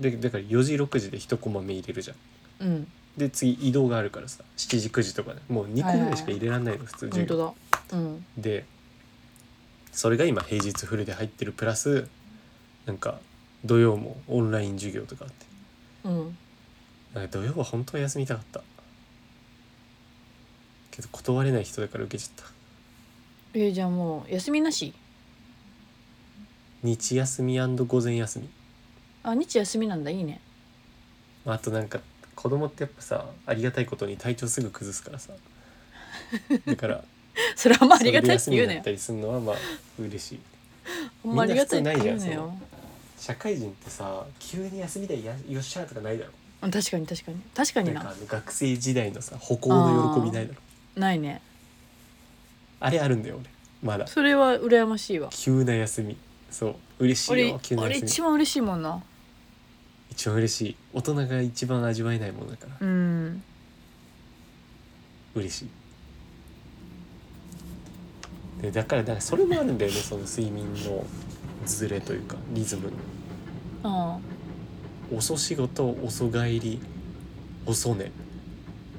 [SPEAKER 1] でだから4時6時で1コマ目入れるじゃん
[SPEAKER 2] うん
[SPEAKER 1] で次移動があるからさ7時9時とかねもう2個ぐらいしか入れらんないの普通授
[SPEAKER 2] 本
[SPEAKER 1] 業
[SPEAKER 2] 当だうん
[SPEAKER 1] でそれが今平日フルで入ってるプラスなんか土曜もオンライン授業とかあって
[SPEAKER 2] うん
[SPEAKER 1] なんか土曜は本当は休みたかったけど断れない人だから受けちゃった
[SPEAKER 2] えー、じゃあもう休みなし
[SPEAKER 1] 日休み午前休み
[SPEAKER 2] あ日休みなんだいいね
[SPEAKER 1] まああとなんか子供ってやっぱさありがたいことに体調すぐ崩す からさだから
[SPEAKER 2] それはあんまあ
[SPEAKER 1] そ
[SPEAKER 2] り
[SPEAKER 1] れ
[SPEAKER 2] が
[SPEAKER 1] で
[SPEAKER 2] たいって
[SPEAKER 1] 休み
[SPEAKER 2] 言う
[SPEAKER 1] に
[SPEAKER 2] な
[SPEAKER 1] なっ
[SPEAKER 2] よ
[SPEAKER 1] たりするのはまあ嬉しい
[SPEAKER 2] ほんまありがたいって言
[SPEAKER 1] み
[SPEAKER 2] う
[SPEAKER 1] んな普通ない
[SPEAKER 2] な
[SPEAKER 1] じゃん
[SPEAKER 2] よ
[SPEAKER 1] 社会人ってさ急に休みでやよっしゃーとかないだろ
[SPEAKER 2] うん確かに確かに確かに
[SPEAKER 1] なんか
[SPEAKER 2] な
[SPEAKER 1] あの学生時代のさ歩行の喜びないだろ
[SPEAKER 2] ないね
[SPEAKER 1] あれあるんだよ俺まだ
[SPEAKER 2] それは羨ましいわ
[SPEAKER 1] 急な休みそう嬉しい
[SPEAKER 2] 俺
[SPEAKER 1] よ急な
[SPEAKER 2] 俺
[SPEAKER 1] 休み
[SPEAKER 2] 一番嬉しいもんな
[SPEAKER 1] 一番嬉しい大人が一番味わえないものだから
[SPEAKER 2] うん
[SPEAKER 1] 嬉しいでだからだからそれもあるんだよねその睡眠のズレというかリズム
[SPEAKER 2] あ
[SPEAKER 1] 遅仕事遅帰り遅寝
[SPEAKER 2] あ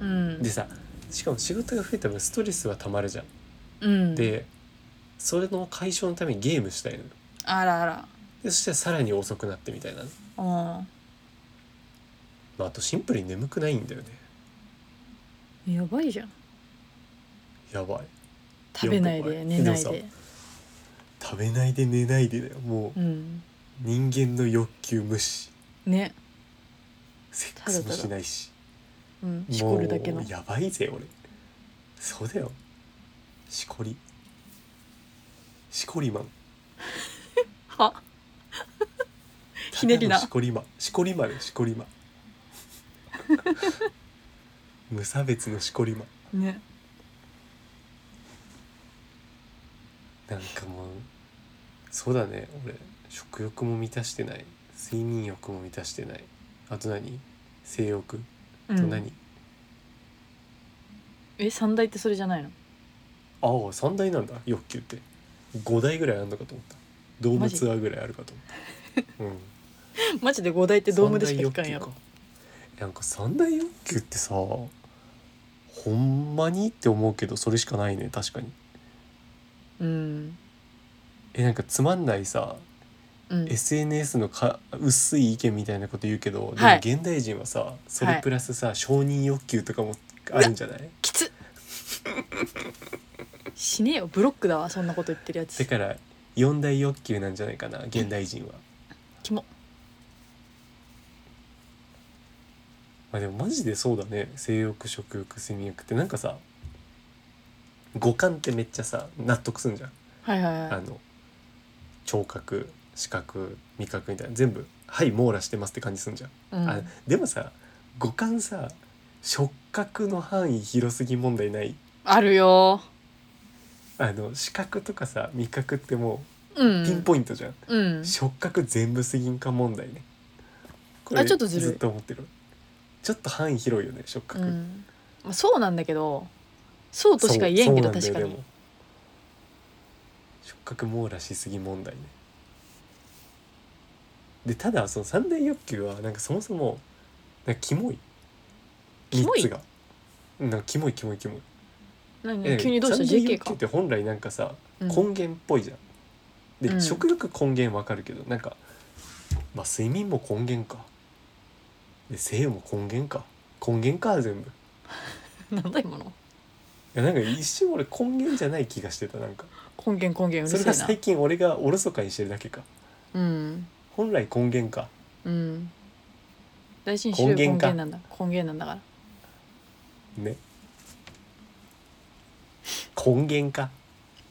[SPEAKER 2] うん
[SPEAKER 1] でさしかも仕事が増えた分ストレスはたまるじゃん、
[SPEAKER 2] うん
[SPEAKER 1] でそれの解消のためにゲームしたいのよ
[SPEAKER 2] あらあら
[SPEAKER 1] でそしたらさらに遅くなってみたいなね、
[SPEAKER 2] あ
[SPEAKER 1] まあ、あとシンプルに眠くないんだよね
[SPEAKER 2] あやばいじゃん
[SPEAKER 1] やばい
[SPEAKER 2] 食べないで寝ない
[SPEAKER 1] でも
[SPEAKER 2] で
[SPEAKER 1] さ食べないで寝ないでだよもう
[SPEAKER 2] うん
[SPEAKER 1] 人間の欲求無視
[SPEAKER 2] ね
[SPEAKER 1] セックスもしないし
[SPEAKER 2] うんし
[SPEAKER 1] も
[SPEAKER 2] こ
[SPEAKER 1] う
[SPEAKER 2] るだけの
[SPEAKER 1] やばいぜ俺そうだよしこりしこりマン
[SPEAKER 2] はひねり
[SPEAKER 1] た
[SPEAKER 2] な
[SPEAKER 1] だのしこりマンしこりマンよしこりマン 無差別のしこりマン
[SPEAKER 2] ね
[SPEAKER 1] なんかもうそうだね俺食欲も満たしてない睡眠欲も満たしてないあと何性欲
[SPEAKER 2] う
[SPEAKER 1] と
[SPEAKER 2] ん
[SPEAKER 1] 何、
[SPEAKER 2] え三大ってそれじゃないの
[SPEAKER 1] ああ三大なんだ欲求って5大ぐらいあんのかと思ったドーム
[SPEAKER 2] マジ
[SPEAKER 1] ツアーぐらいあるかと思った、うん、
[SPEAKER 2] マ ジで五大ってドームでしか聞かんや
[SPEAKER 1] 三大欲求
[SPEAKER 2] ろ
[SPEAKER 1] かなんか三大欲求ってさほんまにって思うけどそれしかないね確かに
[SPEAKER 2] うん、
[SPEAKER 1] えなんかつまんないさ
[SPEAKER 2] うん
[SPEAKER 1] SNS のか薄い意見みたいなこと言うけど、
[SPEAKER 2] はい
[SPEAKER 1] でも現代人はさそれプラスさ、承認欲求とかもあるんじゃない
[SPEAKER 2] きつっ死ねよブロックだわそんなこと言ってるや
[SPEAKER 1] だ
[SPEAKER 2] つ
[SPEAKER 1] から四大欲求なんじゃないかな現代人は、
[SPEAKER 2] キモ
[SPEAKER 1] まあ、でもマジでそうだね性欲食欲睡眠欲ってなんかさ五感ってめっちゃさ納得すんじゃん
[SPEAKER 2] はいはいはい
[SPEAKER 1] あの聴覚視覚味覚みたいな全部「はい網羅してます」って感じすんじゃん、
[SPEAKER 2] うん
[SPEAKER 1] あでもさ五感さ触覚の範囲広すぎ問題ない
[SPEAKER 2] あるよ
[SPEAKER 1] あの視覚とかさ味覚っても
[SPEAKER 2] う
[SPEAKER 1] うんピンポイントじゃん、
[SPEAKER 2] うん
[SPEAKER 1] 触覚全部すぎんか問題ねこ
[SPEAKER 2] あちょっとずるい
[SPEAKER 1] ずっと思ってるちょっと範囲広いよね触
[SPEAKER 2] う
[SPEAKER 1] 覚、
[SPEAKER 2] んまあ、そうなんだけどそうとしか言えんけど確か
[SPEAKER 1] で
[SPEAKER 2] に
[SPEAKER 1] も触覚網羅しすぎ問題ねでただその三大欲求はなんかそもそもなんかキモい
[SPEAKER 2] キモい
[SPEAKER 1] 三つがなんかキモいキモいキモい、
[SPEAKER 2] 何
[SPEAKER 1] え
[SPEAKER 2] 急にどうした
[SPEAKER 1] 三大
[SPEAKER 2] JK
[SPEAKER 1] 欲求
[SPEAKER 2] か
[SPEAKER 1] って本来なんかさ、
[SPEAKER 2] うん
[SPEAKER 1] 根源っぽいじゃんで、
[SPEAKER 2] うん
[SPEAKER 1] 食欲根源わかるけどなんかまあ睡眠も根源かで性も根源か根源か全部い
[SPEAKER 2] なんだ今の
[SPEAKER 1] やなんか一瞬俺根源じゃない気がしてたなんか
[SPEAKER 2] 根源根源
[SPEAKER 1] そうれ
[SPEAKER 2] る
[SPEAKER 1] が
[SPEAKER 2] せえ
[SPEAKER 1] 最近俺がおろそかにしてるだけか
[SPEAKER 2] なうん
[SPEAKER 1] 本来根源か
[SPEAKER 2] うん大臣主根
[SPEAKER 1] 根源
[SPEAKER 2] 源
[SPEAKER 1] か
[SPEAKER 2] なんだ根源なんだから
[SPEAKER 1] ね根源か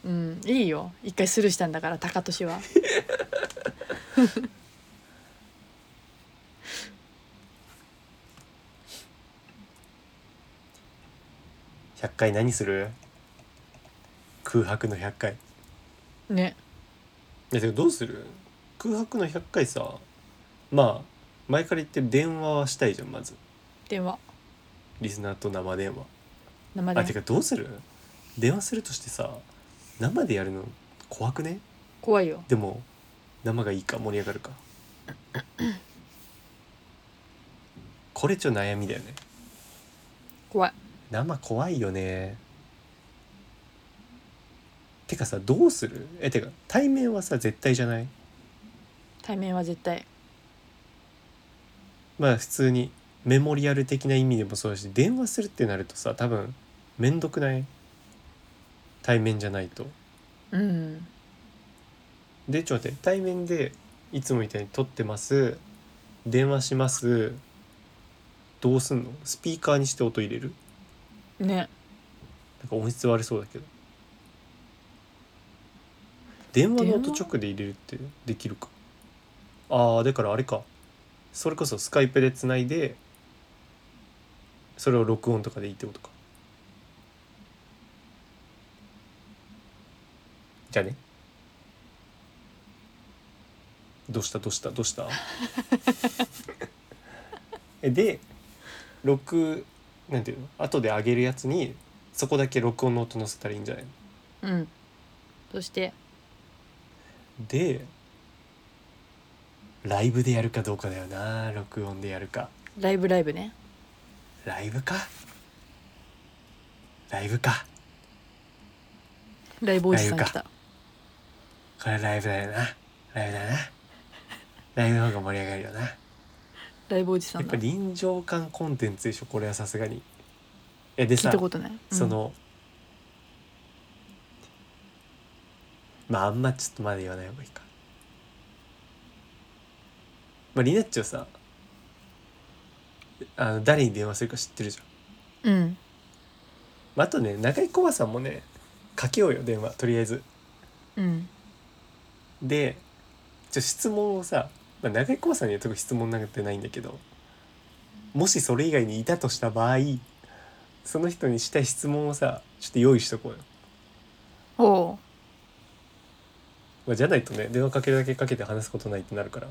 [SPEAKER 2] うんいいよ一回スルーしたんだから高俊 は
[SPEAKER 1] 100回何する空白の100回
[SPEAKER 2] ね
[SPEAKER 1] いやてかどうする空白の100回さまあ前から言ってる電話はしたいじゃんまず
[SPEAKER 2] 電話
[SPEAKER 1] リスナーと生電話
[SPEAKER 2] 生
[SPEAKER 1] あて
[SPEAKER 2] で
[SPEAKER 1] かどうする電話するとしてさ生でやるの怖くね
[SPEAKER 2] 怖いよ
[SPEAKER 1] でも生がいいか盛り上がるかこれちょ悩みだよね
[SPEAKER 2] 怖い
[SPEAKER 1] 生怖いよねてかさどうするえてか対面はさ絶対じゃない
[SPEAKER 2] 対面は絶対
[SPEAKER 1] まあ普通にメモリアル的な意味でもそうだし電話するってなるとさ多分めんどくない対面じゃないと
[SPEAKER 2] うん
[SPEAKER 1] でちょっと待って対面でいつもみたいに撮ってます電話しますどうすんのスピーカーにして音入れる
[SPEAKER 2] ね
[SPEAKER 1] なんか音質悪そうだけど電話の音直で入れるってできるかああだからあれかそれこそスカイプでつないでそれを録音とかでいいってことかじゃあねどうしたどうしたどうしたえで録なんていうの後で上げるやつにそこだけ録音の音載せたらいいんじゃないの
[SPEAKER 2] うんそして
[SPEAKER 1] でライブでやるかどうかだよな録音でやるか
[SPEAKER 2] ライブライブね
[SPEAKER 1] ライブかライブか
[SPEAKER 2] ライブおじさん来た
[SPEAKER 1] これライブだよなライブだなライブの方が盛り上がるよなや
[SPEAKER 2] ライブおじさ
[SPEAKER 1] っ
[SPEAKER 2] ん
[SPEAKER 1] ぱ
[SPEAKER 2] だ
[SPEAKER 1] 臨場感コンテンツでしょこれはさすがにえで
[SPEAKER 2] 聞
[SPEAKER 1] さ
[SPEAKER 2] いたことない、うん
[SPEAKER 1] その、まああんまちょっとまだ言わない方がいいかまあリナッチはさあの誰に電話するか知ってるじゃん、
[SPEAKER 2] うん
[SPEAKER 1] まあ、あとね中井コバさんもねかけようよ電話とりあえず
[SPEAKER 2] うん
[SPEAKER 1] でちょ質問をさ、まあ、中井コバさんには特に質問なんてないんだけどもしそれ以外にいたとした場合その人にしたい質問をさちょっと用意しとこうよ
[SPEAKER 2] おう
[SPEAKER 1] まあ、じゃないとね電話かけるだけかけて話すことないってなるから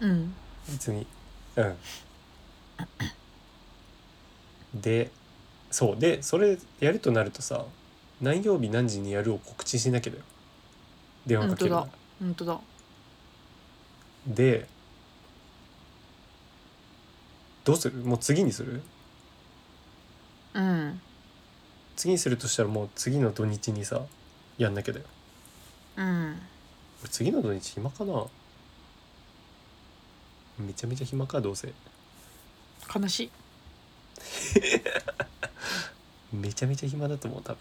[SPEAKER 2] うん
[SPEAKER 1] 別にうんでそうでそれやるとなるとさ何曜日何時にやるを告知しなきゃだよ電話かけるなら
[SPEAKER 2] 本当だう本当だ
[SPEAKER 1] でどうするもう次にする
[SPEAKER 2] うん
[SPEAKER 1] 次にするとしたらもう次の土日にさやんなきゃだよ
[SPEAKER 2] うん
[SPEAKER 1] 俺次の土日暇かなめちゃめちゃ暇かどうせ
[SPEAKER 2] 悲しい
[SPEAKER 1] めちゃめちゃ暇だと思う多分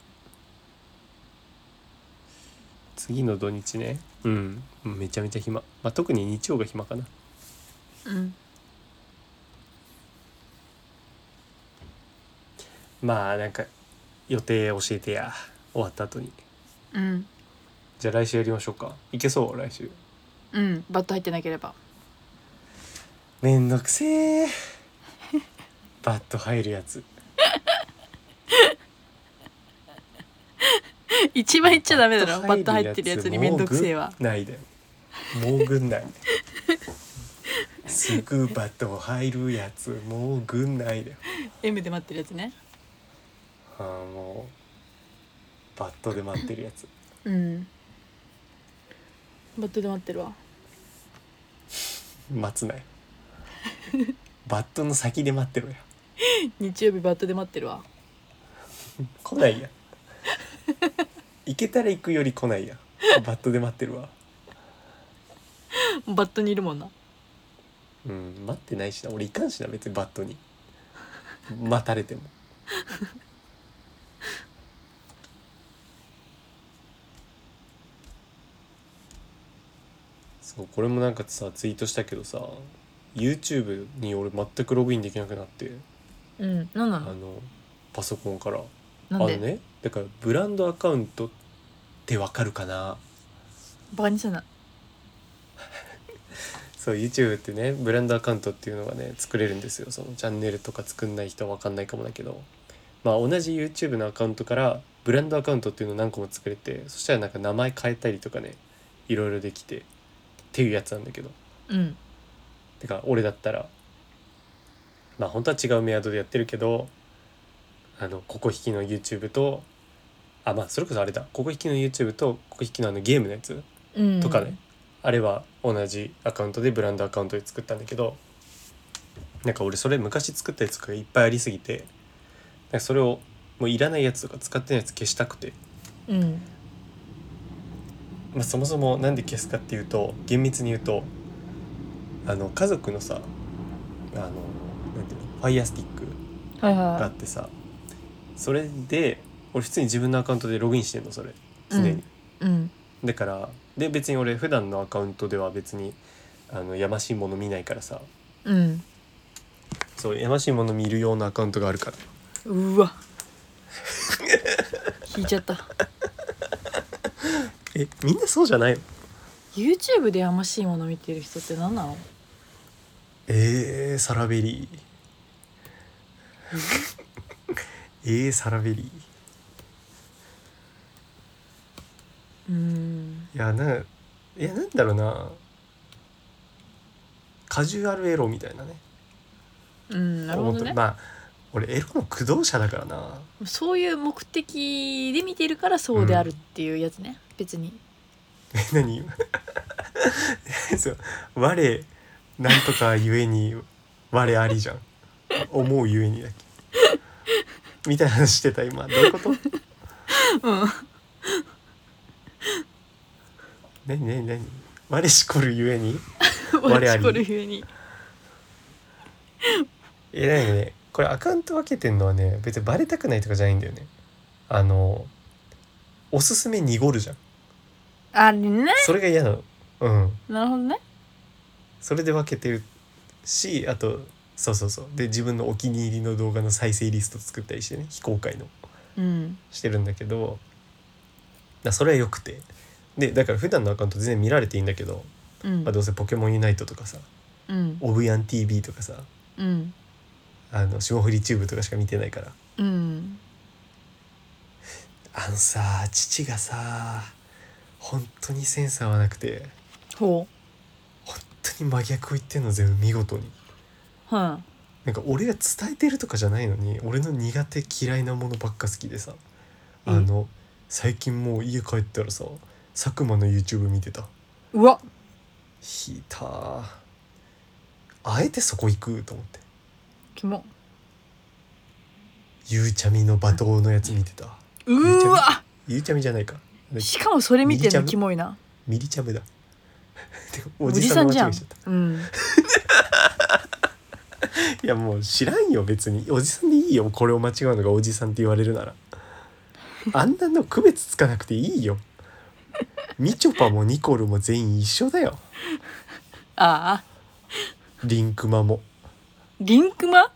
[SPEAKER 1] 次の土日ねうんめちゃめちゃ暇まあ特に日曜が暇かな
[SPEAKER 2] うん
[SPEAKER 1] まあなんか予定教えてや終わった後に
[SPEAKER 2] うん
[SPEAKER 1] じゃあ来週やりましょうかいけそう来週
[SPEAKER 2] うんバット入ってなければ
[SPEAKER 1] めんどくせえバット入るやつ
[SPEAKER 2] 一番言っちゃダメだろバット入ってるやつに面倒くせえわ
[SPEAKER 1] もうぐないだよもうぐんないすぐバット入るやつもうぐんないだよ
[SPEAKER 2] M で待ってるやつね
[SPEAKER 1] ああもうバットで待ってるやつ
[SPEAKER 2] うんバットで待ってるわ
[SPEAKER 1] 待つなよバットの先で待ってろや
[SPEAKER 2] 日曜日バットで待ってるわ
[SPEAKER 1] 来ないや行けたら行くより来ないやバットで待ってるわ
[SPEAKER 2] バットにいるもんな
[SPEAKER 1] うん待ってないしな俺行かんしな別にバットに待たれてもそうこれもなんかさツイートしたけどさ YouTube に俺全くログインできなくなって
[SPEAKER 2] うんなんな
[SPEAKER 1] あのパソコンからあ
[SPEAKER 2] なん
[SPEAKER 1] の
[SPEAKER 2] で、
[SPEAKER 1] ねだからブランドアカウントってわかるかな
[SPEAKER 2] バカにすんな
[SPEAKER 1] そう YouTube ってねブランドアカウントっていうのがね作れるんですよそのチャンネルとか作んない人は分かんないかもだけどまあ同じ YouTube のアカウントからブランドアカウントっていうのを何個も作れてそしたらなんか名前変えたりとかねいろいろできてっていうやつなんだけど
[SPEAKER 2] うん
[SPEAKER 1] てか俺だったらまあ本当は違うメアドでやってるけどあのここ引きの YouTube とあまあそれこそあれだここ引きの YouTube とここ引きのあのゲームのやつ
[SPEAKER 2] うん
[SPEAKER 1] とかね、あれは同じアカウントでブランドアカウントで作ったんだけどなんか俺それ昔作ったやつがいっぱいありすぎてなんかそれをもういらないやつとか使ってないやつ消したくて、
[SPEAKER 2] うん
[SPEAKER 1] まあ、そもそもなんで消すかっていうと厳密に言うとあの家族のさあのなんていうのファイヤースティック
[SPEAKER 2] はい
[SPEAKER 1] があ
[SPEAKER 2] は
[SPEAKER 1] ってさそれで俺普通に自分のアカウントでログインしてんのそれ常に。
[SPEAKER 2] うんいうん
[SPEAKER 1] だからで別に俺普段のアカウントでは別にあのやましいもの見ないからさ
[SPEAKER 2] うん
[SPEAKER 1] そうやましいもの見るようなアカウントがあるから
[SPEAKER 2] うわ引いちゃった
[SPEAKER 1] えみんなそうじゃないの
[SPEAKER 2] YouTube でやましいもの見てる人って何なの
[SPEAKER 1] えー、サラベリー えー、サラベリーいう
[SPEAKER 2] ーん
[SPEAKER 1] やないやなんだろうなカジュアルエロみたいなね
[SPEAKER 2] うんなるほど
[SPEAKER 1] 思った
[SPEAKER 2] ね
[SPEAKER 1] まあ俺エロの駆動者だからな
[SPEAKER 2] そういう目的で見てるからそうであるっていうやつね、別に
[SPEAKER 1] 何 そう我なんとかゆえに我ありじゃん思うゆえにだけみたいな話してた今どういうこと
[SPEAKER 2] うん
[SPEAKER 1] 何何何我しこるゆえに我
[SPEAKER 2] 我
[SPEAKER 1] あ
[SPEAKER 2] あ
[SPEAKER 1] り
[SPEAKER 2] りこるゆえに
[SPEAKER 1] え何ねこれアカウント分けてんのはね別にバレたくないとかじゃないんだよねあのおすすめ濁るじゃん
[SPEAKER 2] あれね
[SPEAKER 1] それが嫌なのうん
[SPEAKER 2] なるほどね
[SPEAKER 1] それで分けてるしあとそうそうそうで自分のお気に入りの動画の再生リスト作ったりしてね非公開の
[SPEAKER 2] うん
[SPEAKER 1] してるんだけどだそれは良くてでだから普段のアカウント全然見られていいんだけど、
[SPEAKER 2] うん
[SPEAKER 1] まあ、どうせ「ポケモンユナイト」とかさ
[SPEAKER 2] うん
[SPEAKER 1] 「オブヤン TV」とかさ
[SPEAKER 2] うん
[SPEAKER 1] 「あの霜降りチューブ」とかしか見てないから
[SPEAKER 2] うん
[SPEAKER 1] あのさ父がさ本当にセンサーはなくて
[SPEAKER 2] ほ
[SPEAKER 1] 本当に真逆を言ってんの全部見事に
[SPEAKER 2] うはい
[SPEAKER 1] なんか俺が伝えてるとかじゃないのに俺の苦手嫌いなものばっか好きでさあの、最近もう家帰ったらさ佐久間の YouTube 見てた
[SPEAKER 2] うわ
[SPEAKER 1] 引いたあえてそこ行くと思って
[SPEAKER 2] キモ
[SPEAKER 1] ゆうちゃみの罵倒のやつ見てた
[SPEAKER 2] うーわ
[SPEAKER 1] ゆうちゃみじゃないか
[SPEAKER 2] しかもそれ見て
[SPEAKER 1] ミリちゃ
[SPEAKER 2] る
[SPEAKER 1] ん
[SPEAKER 2] のキモいな
[SPEAKER 1] ミリチャブだてか
[SPEAKER 2] お
[SPEAKER 1] お
[SPEAKER 2] じ
[SPEAKER 1] じ
[SPEAKER 2] さ
[SPEAKER 1] さ
[SPEAKER 2] ん
[SPEAKER 1] ん
[SPEAKER 2] じ
[SPEAKER 1] じ
[SPEAKER 2] ゃ
[SPEAKER 1] ゃ
[SPEAKER 2] ん
[SPEAKER 1] ん
[SPEAKER 2] うん
[SPEAKER 1] いやもう知らんよ別におじさんでいいよこれを間違うのがおじさんって言われるならあんなの区別つかなくていいよみちょぱもニコルも全員一緒だよ
[SPEAKER 2] ああ
[SPEAKER 1] リンクマも
[SPEAKER 2] リンクマ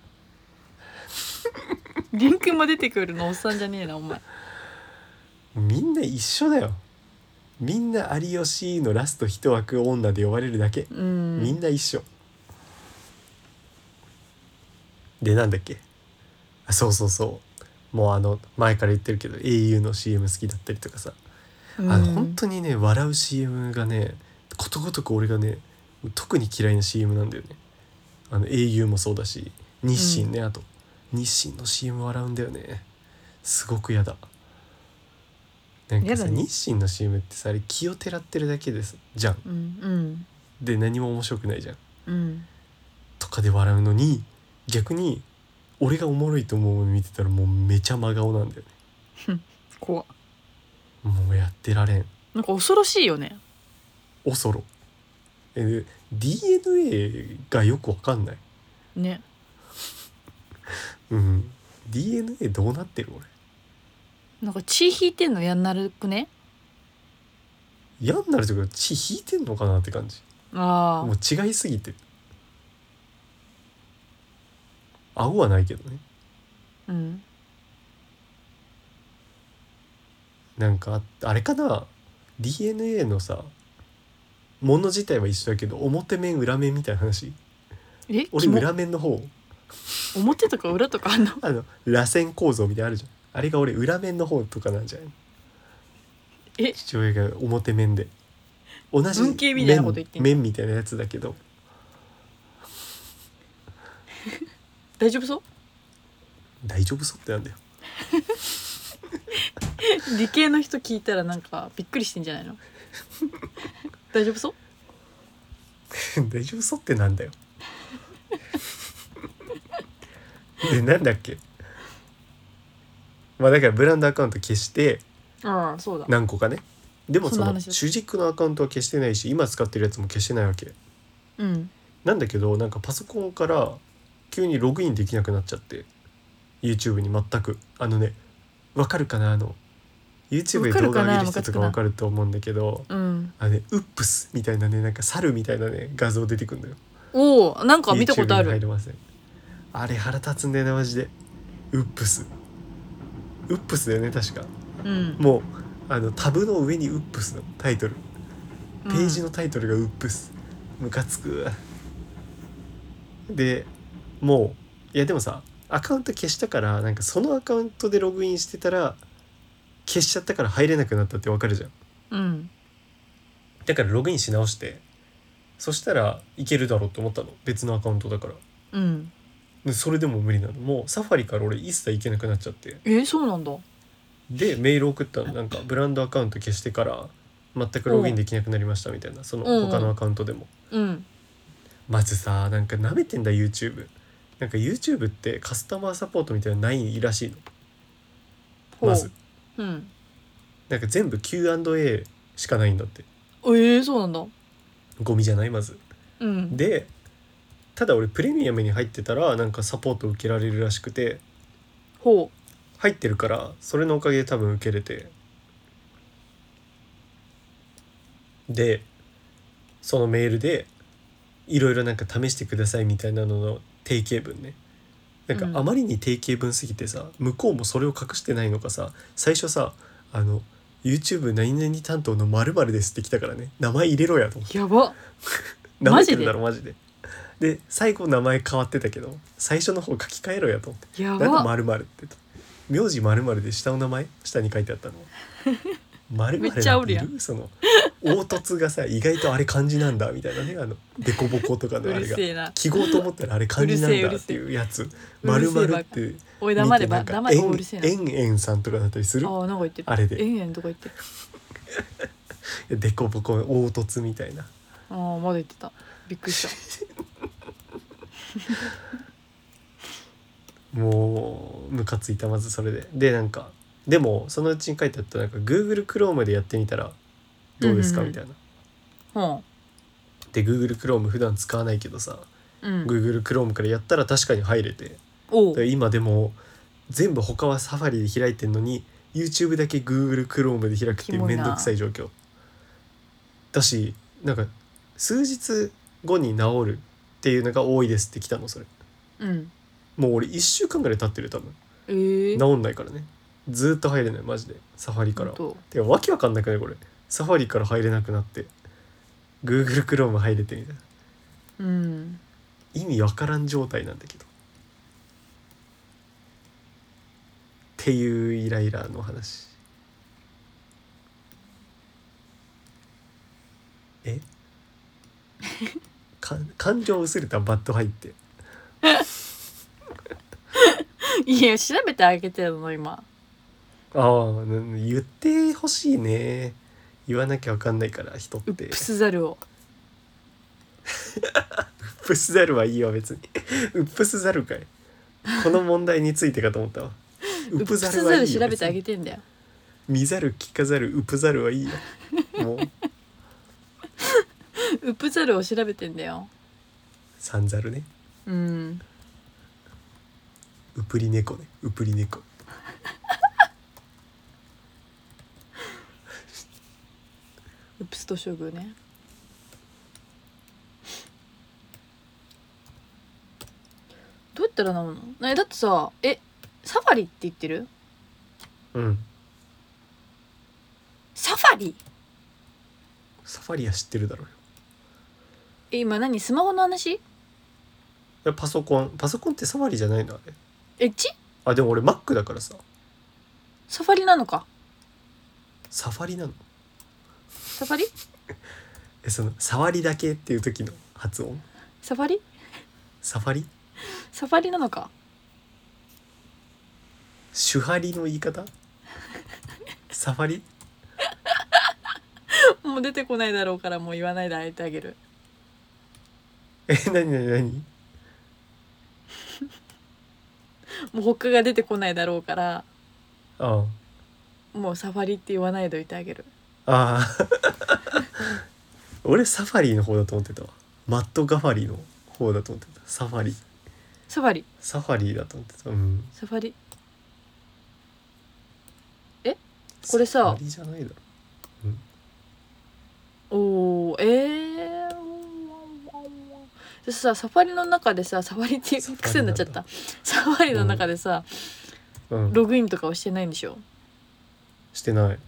[SPEAKER 2] リンクマ出てくるのおっさんじゃねえなお前
[SPEAKER 1] みんな一緒だよみんな有吉のラスト一枠女で呼ばれるだけ、
[SPEAKER 2] う
[SPEAKER 1] み
[SPEAKER 2] ん
[SPEAKER 1] んな一緒でなんだっけあそうそうそうもうあの前から言ってるけど au の CM 好きだったりとかさあの本当にね笑う CM がねことごとく俺がね特に嫌いな CM なんだよねあの au もそうだし日清ね、あと日清の CM 笑うんだよねすごく嫌だなんか
[SPEAKER 2] 嫌だ
[SPEAKER 1] さ、
[SPEAKER 2] ね
[SPEAKER 1] 日清の CM ってさあれ気をてらってるだけですじゃん
[SPEAKER 2] うんうん
[SPEAKER 1] で何も面白くないじゃん
[SPEAKER 2] うん
[SPEAKER 1] とかで笑うのに逆に俺がおもろいと思うもの見てたらもうめちゃ真顔なんだよね
[SPEAKER 2] 怖っ
[SPEAKER 1] もうやってられん
[SPEAKER 2] なんか恐ろしいよね
[SPEAKER 1] おそろえ DNA がよくわかんない
[SPEAKER 2] ね
[SPEAKER 1] うん DNA どうなってる俺
[SPEAKER 2] なんか血引いてんのやんなるくね
[SPEAKER 1] 嫌になるというか血引いてんのかなって感じ
[SPEAKER 2] あ
[SPEAKER 1] も
[SPEAKER 2] あ
[SPEAKER 1] う違いすぎて青はないけどね
[SPEAKER 2] うん
[SPEAKER 1] なんかああれかな DNA のさもの自体は一緒だけど表面裏面みたいな話
[SPEAKER 2] え
[SPEAKER 1] 俺
[SPEAKER 2] キモ
[SPEAKER 1] 裏面の方
[SPEAKER 2] 表とか裏とかあんの
[SPEAKER 1] あの螺旋構造みたいなのあるじゃんあれが俺裏面の方とかなんじゃない
[SPEAKER 2] え
[SPEAKER 1] 父親が表面で同じ
[SPEAKER 2] 文系みたいなこと言ってんじ
[SPEAKER 1] 面面みたいなやつだけど
[SPEAKER 2] 大丈夫そう
[SPEAKER 1] 大丈夫そうってなんだよ
[SPEAKER 2] 理系の人聞いたらなんかびっくりしてんじゃないの大丈夫そう
[SPEAKER 1] 大丈夫そうってなんだよ でなんだっけまあだからブランドアカウント消して
[SPEAKER 2] ああそうだ
[SPEAKER 1] 何個かねでもそ
[SPEAKER 2] そんな
[SPEAKER 1] の
[SPEAKER 2] 話だった
[SPEAKER 1] 主軸のアカウントは消してないし今使ってるやつも消してないわけ
[SPEAKER 2] うん
[SPEAKER 1] なんだけどなんかパソコンから急にログインできなくなっちゃって YouTube に全くあのねわかるかなあの YouTube で
[SPEAKER 2] わかる
[SPEAKER 1] 動
[SPEAKER 2] か
[SPEAKER 1] 画
[SPEAKER 2] な
[SPEAKER 1] 上げる人とかわ
[SPEAKER 2] わ
[SPEAKER 1] かると思うんだけど
[SPEAKER 2] うん
[SPEAKER 1] あのねウップスみたいなねなんか猿みたいなね画像出てくるんだよ
[SPEAKER 2] おおなんか見たことあ
[SPEAKER 1] YouTube に入
[SPEAKER 2] る
[SPEAKER 1] れませんあれ腹立つんだよなマジでウップスウップスだよね確か
[SPEAKER 2] うん
[SPEAKER 1] もうあのタブの上にウップスのタイトルページ
[SPEAKER 2] の
[SPEAKER 1] のタイトルがウップスムカつくでもういやでもさアカウント消したからなんかそのアカウントでログインしてたら消しちゃったから入れなくなったってわかるじゃん
[SPEAKER 2] うん
[SPEAKER 1] だからログインし直してそしたらいけるだろうと思ったの別のアカウントだから
[SPEAKER 2] うん
[SPEAKER 1] でそれでも無理なのもうサファリから俺一切行けなくなっちゃって
[SPEAKER 2] えそうなんだ
[SPEAKER 1] でメール送ったのなんかブランドアカウント消してから全くログインできなくなりましたみたいなその
[SPEAKER 2] うん
[SPEAKER 1] 他のアカウントでも
[SPEAKER 2] うん
[SPEAKER 1] まずさなんか舐めてんだ YouTube なんか YouTube ってカスタマーサポートみたいなのないらしいのまず
[SPEAKER 2] ほううん
[SPEAKER 1] なんか全部 Q&A しかないんだって
[SPEAKER 2] えー、そうなんだ
[SPEAKER 1] ゴミじゃないまず
[SPEAKER 2] うん
[SPEAKER 1] でただ俺プレミアムに入ってたらなんかサポート受けられるらしくて
[SPEAKER 2] ほ
[SPEAKER 1] 入ってるからそれのおかげで多分受けれてでそのメールでいろいろなんか試してくださいみたいなのの定型文ねなん
[SPEAKER 2] うん
[SPEAKER 1] かあまりに定型文すぎてさ、向こうもそれを隠してないのかさ最初さあの YouTube 何々担当の〇〇ですって来たからね名前入れろやと思って
[SPEAKER 2] うやば
[SPEAKER 1] 名
[SPEAKER 2] マ
[SPEAKER 1] 前
[SPEAKER 2] ジ
[SPEAKER 1] て
[SPEAKER 2] で
[SPEAKER 1] るだろマジでで最後名前変わってたけど最初の方書き換えろやと思って
[SPEAKER 2] や
[SPEAKER 1] なんだ
[SPEAKER 2] ば
[SPEAKER 1] 丸々って名字丸々で下の名前下に書いてあ ったの丸々
[SPEAKER 2] めっちゃおるや
[SPEAKER 1] なんているその凹凸がさ意外とあれ漢字なんだみたいなねあの凸凹とか
[SPEAKER 2] う
[SPEAKER 1] のあ
[SPEAKER 2] る
[SPEAKER 1] れが
[SPEAKER 2] せえな
[SPEAKER 1] 記号と思ったらあれ漢字なんだっていうやつ
[SPEAKER 2] うる
[SPEAKER 1] 丸
[SPEAKER 2] せえうるせ
[SPEAKER 1] 々
[SPEAKER 2] え
[SPEAKER 1] って見て
[SPEAKER 2] おい黙れば
[SPEAKER 1] なんか
[SPEAKER 2] 黙れおううるせえな
[SPEAKER 1] えんえんえんさんとかだったりする
[SPEAKER 2] ああなんか言ってる
[SPEAKER 1] あれで
[SPEAKER 2] えんえんとか言ってる
[SPEAKER 1] でこぼこ凹凸みたいな
[SPEAKER 2] ああまだ言ってたびっくりした
[SPEAKER 1] もうムカついたまずそれででなんかでもそのうちに書いてあったなんか Google Chrome でやってみたらどうですか
[SPEAKER 2] うんう
[SPEAKER 1] み
[SPEAKER 2] んうん
[SPEAKER 1] たいな。
[SPEAKER 2] ほ
[SPEAKER 1] で Google Chrome 普段使わないけどさ、
[SPEAKER 2] う、うん、
[SPEAKER 1] Google Chrome からやったら確かに入れて
[SPEAKER 2] お
[SPEAKER 1] だ
[SPEAKER 2] う
[SPEAKER 1] から今でも全部他はサファリで開いてんのに YouTube だけ Google Chrome で開くってい
[SPEAKER 2] キ
[SPEAKER 1] う
[SPEAKER 2] モい
[SPEAKER 1] め
[SPEAKER 2] なん
[SPEAKER 1] どくさい状況だしなんか数日後に治るっていうのが多いですって来たのそれ
[SPEAKER 2] うん
[SPEAKER 1] もう俺1週間ぐらい経ってる多分
[SPEAKER 2] えー、
[SPEAKER 1] 治んないからねずーっと入れないマジでサファリから
[SPEAKER 2] ほんと
[SPEAKER 1] てかわけわかんなくないこれサファリから入れなくなって Google Chrome 入れてみたいな
[SPEAKER 2] うん
[SPEAKER 1] 意味わからん状態なんだけどっていうイライラの話 えか感情薄れたバッド入って
[SPEAKER 2] いや調べてあげてるの今
[SPEAKER 1] ああな言ってほしいね言わなきゃわかんないから人っ
[SPEAKER 2] うってぷすざるを
[SPEAKER 1] うっぷすざるはいいわ別にうっぷすざるかいこの問題についてかと思ったわ
[SPEAKER 2] うっぷすざる調べてあげてんだよ
[SPEAKER 1] 見ざる聞かざるうぷざるはいいよもう
[SPEAKER 2] うっぷざるを調べてんだよ
[SPEAKER 1] さんざるね
[SPEAKER 2] うん
[SPEAKER 1] うぷり猫ねうぷり猫
[SPEAKER 2] うっぷすと将軍ねどうやったら治るのえだってさえサファリって言ってる
[SPEAKER 1] うん
[SPEAKER 2] サファリ
[SPEAKER 1] サファリは知ってるだろうよ
[SPEAKER 2] え今何スマホの話
[SPEAKER 1] いやパソコンパソコンってサファリじゃないのあれ
[SPEAKER 2] エッジ
[SPEAKER 1] あでも俺 Mac だからさ
[SPEAKER 2] サファリなのか
[SPEAKER 1] サファリなの
[SPEAKER 2] サファリ
[SPEAKER 1] えその触りだけっていう時の発音
[SPEAKER 2] サファリ
[SPEAKER 1] サファリ
[SPEAKER 2] サファリなのか
[SPEAKER 1] 手張りの言い方サファリ
[SPEAKER 2] もう出てこないだろうからもう言わないであえてあげる
[SPEAKER 1] え何何何
[SPEAKER 2] もう他が出てこないだろうから
[SPEAKER 1] あ
[SPEAKER 2] もうサファリって言わないでおいてあげる
[SPEAKER 1] あああ俺サファリの方だと思ってたわマットガファリの方だと思ってたサファリ
[SPEAKER 2] サファリ
[SPEAKER 1] サファリだと思ってたうん
[SPEAKER 2] サファリこれ
[SPEAKER 1] サ
[SPEAKER 2] さ
[SPEAKER 1] ファリじゃないだろ
[SPEAKER 2] おおえー、私さサファリの中でさサファリっていう癖になっちゃったサファリの中でさ、
[SPEAKER 1] うん、
[SPEAKER 2] ログインとかはしてないんでしょ
[SPEAKER 1] してない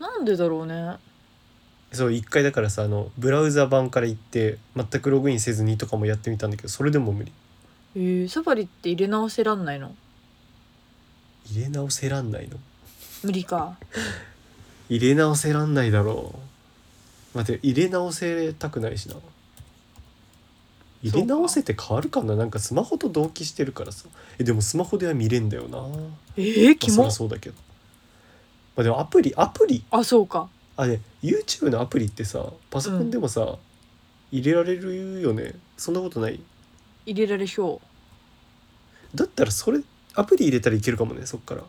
[SPEAKER 2] なんでだろうね
[SPEAKER 1] そう一回だからさあのブラウザ版から行って全くログインせずにとかもやってみたんだけどそれでも無理
[SPEAKER 2] えー、サファリって入れ直せらんないの
[SPEAKER 1] 入れ直せらんないの
[SPEAKER 2] 無理か
[SPEAKER 1] 入れ直せらんないだろう待って入れ直せたくないしな入れ直せて変わるかななんかスマホと同期してるからさえでもスマホでは見れんだよなま
[SPEAKER 2] えー、
[SPEAKER 1] あ
[SPEAKER 2] キ
[SPEAKER 1] そり
[SPEAKER 2] モ
[SPEAKER 1] ゃそうだけどまあでもアプリアプリ
[SPEAKER 2] あそうか
[SPEAKER 1] あれ YouTube のアプリってさパソコンでもさ、入れられるよねそんなことない
[SPEAKER 2] 入れられ表
[SPEAKER 1] だったらそれアプリ入れたらいけるかもねそっから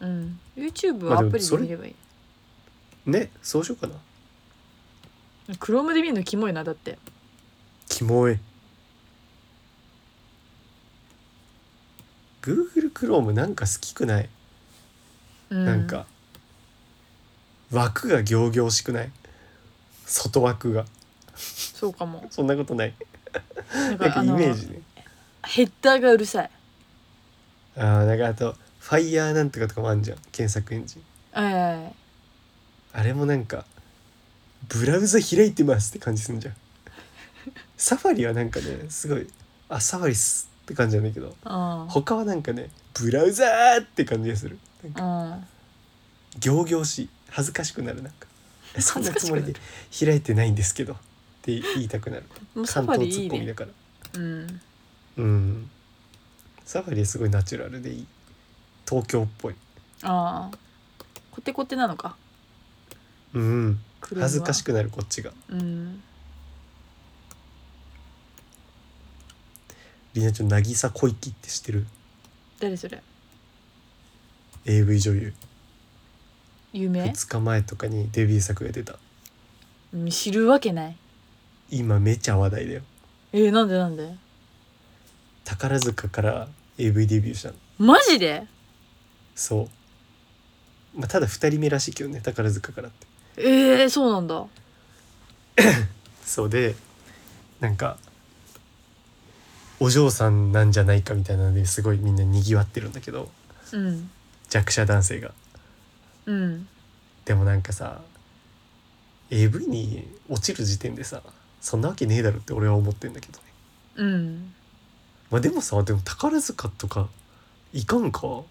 [SPEAKER 2] うん YouTube
[SPEAKER 1] ま
[SPEAKER 2] は
[SPEAKER 1] あ
[SPEAKER 2] ア
[SPEAKER 1] でも
[SPEAKER 2] プリで
[SPEAKER 1] それ
[SPEAKER 2] 見ればいい、
[SPEAKER 1] ねそうしようかな
[SPEAKER 2] Chrome で見るのキモいなだって
[SPEAKER 1] キモい Google Chrome なんか好きくない、
[SPEAKER 2] う
[SPEAKER 1] なんか枠が行々しくない外枠が
[SPEAKER 2] そうかも
[SPEAKER 1] そんなことない
[SPEAKER 2] なん
[SPEAKER 1] なん
[SPEAKER 2] か
[SPEAKER 1] か
[SPEAKER 2] あ
[SPEAKER 1] イ
[SPEAKER 2] の
[SPEAKER 1] メージね
[SPEAKER 2] ヘッダーがうるさい
[SPEAKER 1] あーなんかあと「Fire なんとか」とかもあんじゃん検索エンジン
[SPEAKER 2] はいはいはい
[SPEAKER 1] あれもなんか「ブラウザ開いてます」って感じすんじゃんサファリはなんかねすごい「あサファリっす」って感じなんだけど
[SPEAKER 2] うん
[SPEAKER 1] 他はなんかね「ブラウザー!」って感じがするなんか
[SPEAKER 2] うん
[SPEAKER 1] 仰々しい恥ずかしくなる なんか「そん
[SPEAKER 2] ず
[SPEAKER 1] な
[SPEAKER 2] かし
[SPEAKER 1] つ
[SPEAKER 2] く
[SPEAKER 1] も
[SPEAKER 2] な
[SPEAKER 1] り
[SPEAKER 2] る
[SPEAKER 1] で開いてないんですけど」って言いたくなる
[SPEAKER 2] もうサ
[SPEAKER 1] 関
[SPEAKER 2] ファ
[SPEAKER 1] 東
[SPEAKER 2] リ
[SPEAKER 1] ツ
[SPEAKER 2] いい
[SPEAKER 1] ッコミ
[SPEAKER 2] ね
[SPEAKER 1] だから
[SPEAKER 2] うん
[SPEAKER 1] うんサファリはすごいナチュラルでいい東京っぽい
[SPEAKER 2] ああコテコテなのか
[SPEAKER 1] うん
[SPEAKER 2] クルーは
[SPEAKER 1] 恥ずかしくなるこっちが
[SPEAKER 2] うん
[SPEAKER 1] りなちゃん渚小池って知ってる
[SPEAKER 2] 誰それ
[SPEAKER 1] AV 女優
[SPEAKER 2] 有名
[SPEAKER 1] 2日前とかにデビュー作が出た
[SPEAKER 2] うん知るわけない
[SPEAKER 1] 今めちゃ話題だよ
[SPEAKER 2] えー、なんでなんで
[SPEAKER 1] 宝塚から AV デビューしたの
[SPEAKER 2] マジで
[SPEAKER 1] そう、まあ、ただ2人目らしいけどね宝塚からって
[SPEAKER 2] えー、そうなんだ
[SPEAKER 1] そうでなんかお嬢さんなんじゃないかみたいなのですごいみんなにぎわってるんだけど
[SPEAKER 2] うん
[SPEAKER 1] 弱者男性が
[SPEAKER 2] うん
[SPEAKER 1] でもなんかさ AV に落ちる時点でさそんなわけねえだろって俺は思ってんだけどね
[SPEAKER 2] うん
[SPEAKER 1] まあでもさでも宝塚とかいかんか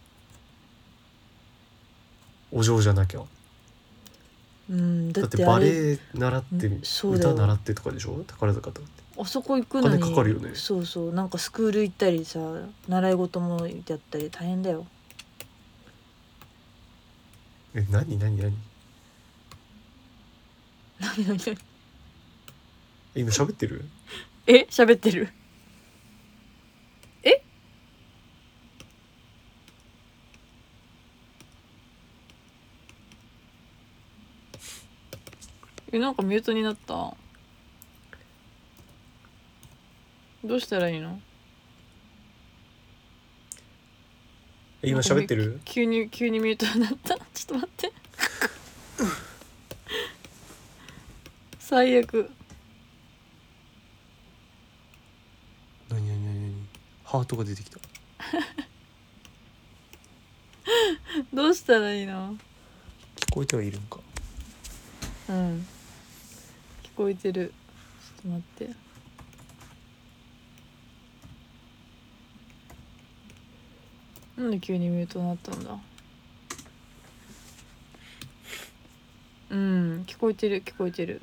[SPEAKER 1] お嬢じゃなきゃ
[SPEAKER 2] うんだ
[SPEAKER 1] だ
[SPEAKER 2] っ
[SPEAKER 1] って
[SPEAKER 2] てあ
[SPEAKER 1] バ
[SPEAKER 2] れ
[SPEAKER 1] レエ習って
[SPEAKER 2] うんそうだよ
[SPEAKER 1] 歌習ってとかでしょ宝塚とかって
[SPEAKER 2] あそこ行くのに
[SPEAKER 1] お金かかるよね
[SPEAKER 2] そうそうなんかスクール行ったりさ習い事もやったり大変だよ
[SPEAKER 1] え何何何
[SPEAKER 2] 何何何
[SPEAKER 1] え今喋ってる
[SPEAKER 2] え喋ってるええなんかミュートになったどうしたらいいの
[SPEAKER 1] え今喋ってる
[SPEAKER 2] 急に急にミュートになった ちょっと待 って最悪
[SPEAKER 1] 何何何何ハートが出てきた
[SPEAKER 2] どうしたらいいの
[SPEAKER 1] 聞こえてはいるんか
[SPEAKER 2] うん聞こえてるちょっと待ってなんで急にミュートになったんだうん聞こえてる聞こえてる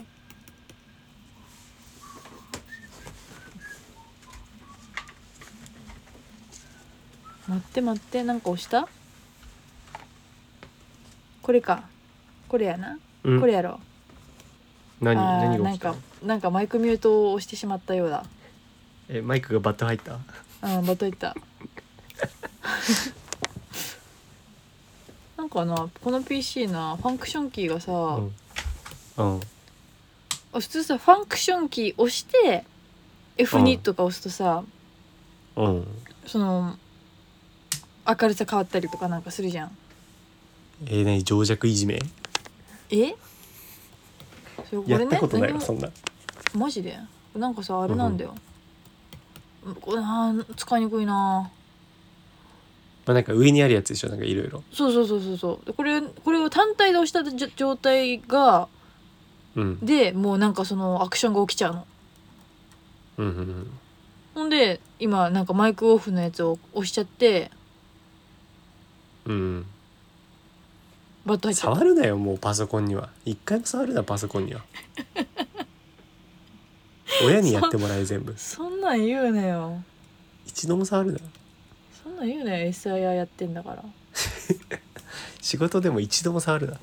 [SPEAKER 2] 待って待ってなんか押したこれかこれやな、
[SPEAKER 1] うん
[SPEAKER 2] これやろ
[SPEAKER 1] 何
[SPEAKER 2] あ
[SPEAKER 1] 何
[SPEAKER 2] ー
[SPEAKER 1] が
[SPEAKER 2] な
[SPEAKER 1] 起
[SPEAKER 2] ん
[SPEAKER 1] きた
[SPEAKER 2] かなんかマイクミュートを押してしまったようだ
[SPEAKER 1] えマイクがバット入った
[SPEAKER 2] うんバトいった なんかなこの PC なファンクションキーがさ、
[SPEAKER 1] うんうん
[SPEAKER 2] あ普通さファンクションキー押して F2
[SPEAKER 1] うん
[SPEAKER 2] とか押すとさ、
[SPEAKER 1] うん
[SPEAKER 2] その明るさ変わったりとかなんかするじゃん
[SPEAKER 1] えー、何情弱いじめ
[SPEAKER 2] えそれ
[SPEAKER 1] やったことない
[SPEAKER 2] 何
[SPEAKER 1] わ
[SPEAKER 2] も
[SPEAKER 1] そんな
[SPEAKER 2] マジでなんかさあれなんだよ、これな使いにくいな
[SPEAKER 1] まあなんか上にあるやつでしょなんかいろいろ
[SPEAKER 2] そうそうそうそうそうでこれこれを単体で押したじょ状態が
[SPEAKER 1] うん
[SPEAKER 2] でもうなんかそのアクションが起きちゃうの
[SPEAKER 1] うんうんうん
[SPEAKER 2] ほんで今なんかマイクオフのやつを押しちゃって
[SPEAKER 1] うん
[SPEAKER 2] バット入っちゃった
[SPEAKER 1] 触るなよもうパソコンには一回も触るなパソコン には親にやってもらえ全部
[SPEAKER 2] そんなん言うなよ
[SPEAKER 1] 一度も触るな
[SPEAKER 2] そんなん言うなよ SIR やってんだから
[SPEAKER 1] 仕事でも一度も触るな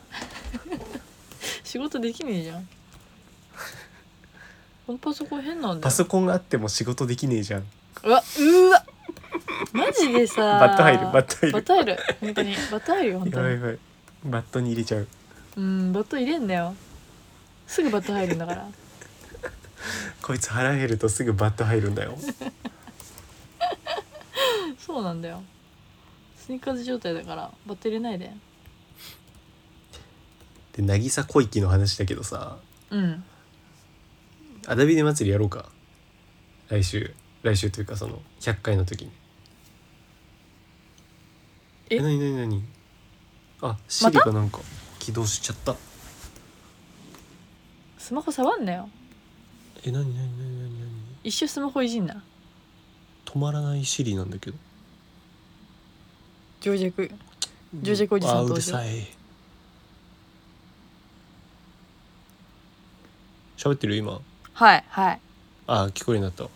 [SPEAKER 2] 仕事できねえじゃんこのパソコン変なんだよ
[SPEAKER 1] パソコンがあっても仕事できねえじゃん
[SPEAKER 2] うわうわマジでさ
[SPEAKER 1] バット入るバット入る
[SPEAKER 2] バット入る本当にバット入るよ本
[SPEAKER 1] や
[SPEAKER 2] 当
[SPEAKER 1] ばい
[SPEAKER 2] に
[SPEAKER 1] やばいバットに入れちゃう
[SPEAKER 2] うんバット入れんなよすぐバット入るんだから
[SPEAKER 1] こいつ腹減るとすぐバット入るんだよ
[SPEAKER 2] そうなんだよスニーカーズ状態だからバッテリーないで
[SPEAKER 1] で渚小池の話だけどさ
[SPEAKER 2] うん
[SPEAKER 1] アダビデ祭りやろうか来週来週というかその100回の時に
[SPEAKER 2] え
[SPEAKER 1] なになになにあシリがなんか起動しちゃった、
[SPEAKER 2] スマホ触んなよ
[SPEAKER 1] えなになになになになに
[SPEAKER 2] 一生スマホいじんな
[SPEAKER 1] 止まらないシリなんだけど
[SPEAKER 2] 情弱ジョージおじさん
[SPEAKER 1] あー
[SPEAKER 2] 登場
[SPEAKER 1] うるさい喋ってる今
[SPEAKER 2] はいはい
[SPEAKER 1] あー聞こえるようになっ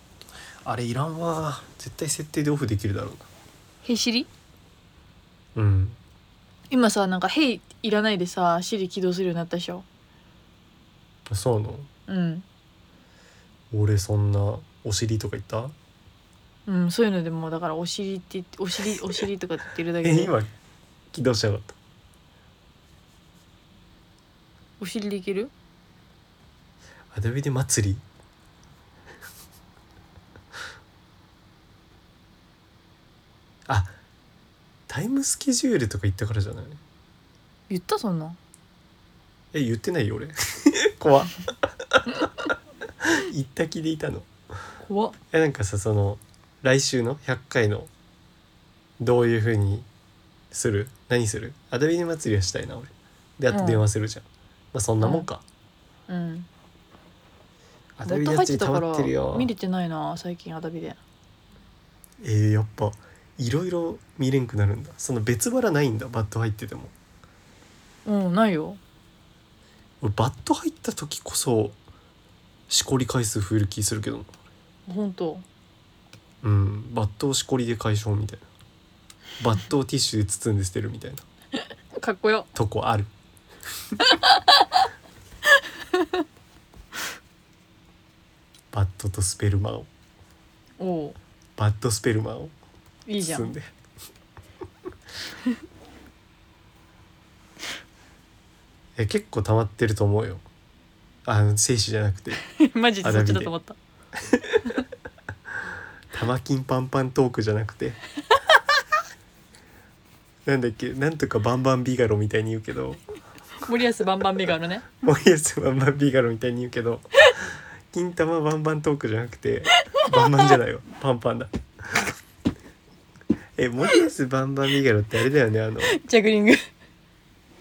[SPEAKER 1] たあれいらんわ絶対設定でオフできるだろ
[SPEAKER 2] へいシリ
[SPEAKER 1] うなうん
[SPEAKER 2] 今さなんか「へい」いらないでさシリ起動するようになったでしょ
[SPEAKER 1] そうなの
[SPEAKER 2] うん、
[SPEAKER 1] 俺そんなお尻とか言った
[SPEAKER 2] うん、そういうのでもうだからお尻って言ってお 尻お尻とかって言ってるだけ
[SPEAKER 1] え
[SPEAKER 2] で
[SPEAKER 1] 今起動しなかった
[SPEAKER 2] お尻でいける
[SPEAKER 1] アドビで祭り あタイムスケジュールとか言ったからじゃない
[SPEAKER 2] 言ったそんな
[SPEAKER 1] え言ってないよ俺 怖っ言った気でいたの
[SPEAKER 2] 怖っ
[SPEAKER 1] えなんかさその来週の100回のどういう風にする何するアドビで祭りはしたいな俺であと電話するじゃん、まあそんなもんか、
[SPEAKER 2] うん
[SPEAKER 1] アダビで
[SPEAKER 2] また入
[SPEAKER 1] 祭
[SPEAKER 2] って
[SPEAKER 1] り
[SPEAKER 2] た
[SPEAKER 1] 溜
[SPEAKER 2] か
[SPEAKER 1] まってるよ
[SPEAKER 2] ら見れてないな最近アダビで
[SPEAKER 1] えー、やっぱいろいろ見れんくなるんだその別腹ないんだバット入ってても
[SPEAKER 2] うんないよ
[SPEAKER 1] 俺バット入った時こそしこり回数増える気するけどな
[SPEAKER 2] 本当
[SPEAKER 1] うんバットをしこりで解消みたいなバットをティッシュで包んで捨てるみたいな
[SPEAKER 2] かっこよ
[SPEAKER 1] とこあるバットとスペルマを
[SPEAKER 2] おう
[SPEAKER 1] バットスペルマを
[SPEAKER 2] いいじゃ
[SPEAKER 1] 包ん
[SPEAKER 2] ん
[SPEAKER 1] でえ結構溜まってると思うよあの精子じゃなくて
[SPEAKER 2] マジでそっちだと思った
[SPEAKER 1] 玉金パンパントークじゃなくて なんだっけなんとかバンバンビガロみたいに言うけど
[SPEAKER 2] 森保バンバンビガーのね
[SPEAKER 1] 森保バンバンビガロみたいに言うけど金玉バンバントークじゃなくてバンバンじゃないよパンパンだえ森保バンバンビガロってあれだよねあの
[SPEAKER 2] ジャグリング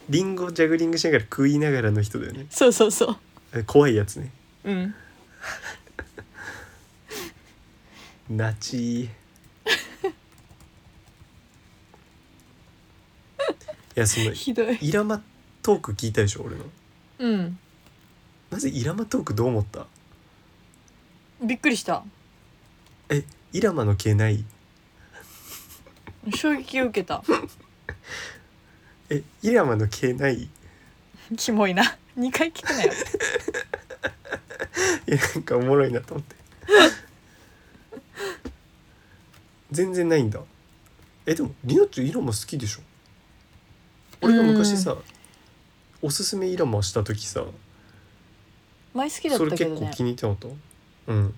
[SPEAKER 1] リンゴをジャグリングしながら食いながらの人だよね
[SPEAKER 2] そうそうそう
[SPEAKER 1] え怖いやつね
[SPEAKER 2] うん
[SPEAKER 1] ナチーいやその
[SPEAKER 2] ひどい
[SPEAKER 1] イラマトーク聞いたでしょ俺の
[SPEAKER 2] うん
[SPEAKER 1] まずイラマトークどう思った
[SPEAKER 2] びっくりした
[SPEAKER 1] えイラマの毛ない
[SPEAKER 2] 衝撃を受け た
[SPEAKER 1] えイラマの毛ない
[SPEAKER 2] キモいな2回聞く なよ
[SPEAKER 1] いやなんかおもろいなと思って全然ないんだえでもリナッチイラマ好きでしょ俺が昔さおすすめイラマした時さ
[SPEAKER 2] 前好きだっ
[SPEAKER 1] それ
[SPEAKER 2] たけ
[SPEAKER 1] 結
[SPEAKER 2] ど
[SPEAKER 1] 構
[SPEAKER 2] ね
[SPEAKER 1] 気に入ってなかったうん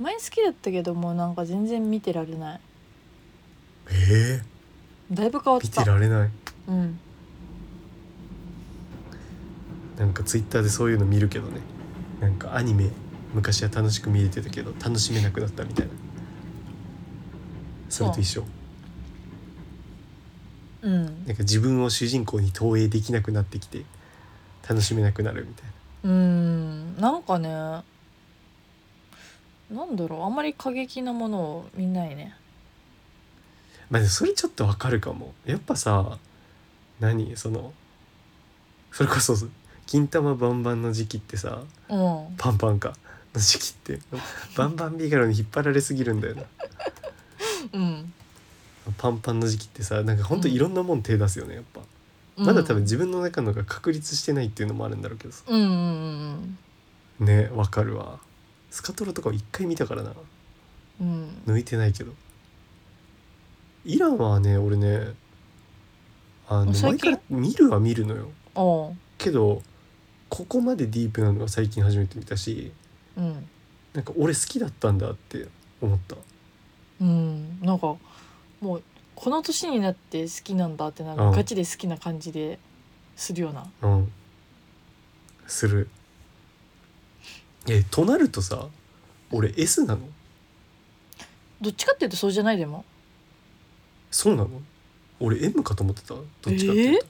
[SPEAKER 2] 前好きだったけどもうなんか全然見てられない
[SPEAKER 1] ええ
[SPEAKER 2] だいぶ変わっ
[SPEAKER 1] 見て
[SPEAKER 2] た
[SPEAKER 1] られない
[SPEAKER 2] うん
[SPEAKER 1] なんかツイッターでそういうの見るけどねなんかアニメ昔は楽しく見れてたけど楽しめなくなったみたいなそれと一緒
[SPEAKER 2] うん
[SPEAKER 1] なんか自分を主人公に投影できなくなってきて楽しめなくなるみたいな
[SPEAKER 2] うんなんかねなんだろうあんまり過激なものを見ないね
[SPEAKER 1] まあでもそれちょっとわかるかもやっぱさ何そのそれこそ金玉バンバンの時期ってさ
[SPEAKER 2] うん
[SPEAKER 1] パンパンかの時期ってバンバンビガロに引っ張られすぎるんだよな
[SPEAKER 2] うん
[SPEAKER 1] パンパンの時期ってさなんかほんといろんなもん手出すよねやっぱ。
[SPEAKER 2] うん
[SPEAKER 1] まだ多分自分の中のが確立してないっていうのもあるんだろうけどさ
[SPEAKER 2] うんうん
[SPEAKER 1] ねわかるわスカトロとかを一回見たからな
[SPEAKER 2] うんうん
[SPEAKER 1] 抜いてないけどイランはね俺ねあの
[SPEAKER 2] 最
[SPEAKER 1] 前
[SPEAKER 2] 近
[SPEAKER 1] から見るは見るのよ
[SPEAKER 2] おう
[SPEAKER 1] けどここまでディープなのは最近初めて見たし
[SPEAKER 2] うん
[SPEAKER 1] なんか俺好きだったんだって思った
[SPEAKER 2] うんなんかもうこの年になって好きなんだってなん
[SPEAKER 1] う
[SPEAKER 2] か
[SPEAKER 1] ん
[SPEAKER 2] ガチで好きな感じでするような
[SPEAKER 1] うんするえとなるとさ俺 S なの
[SPEAKER 2] どっちかっていうとそうじゃないでも
[SPEAKER 1] そうなの俺 M かと思ってたどっちかっていうと、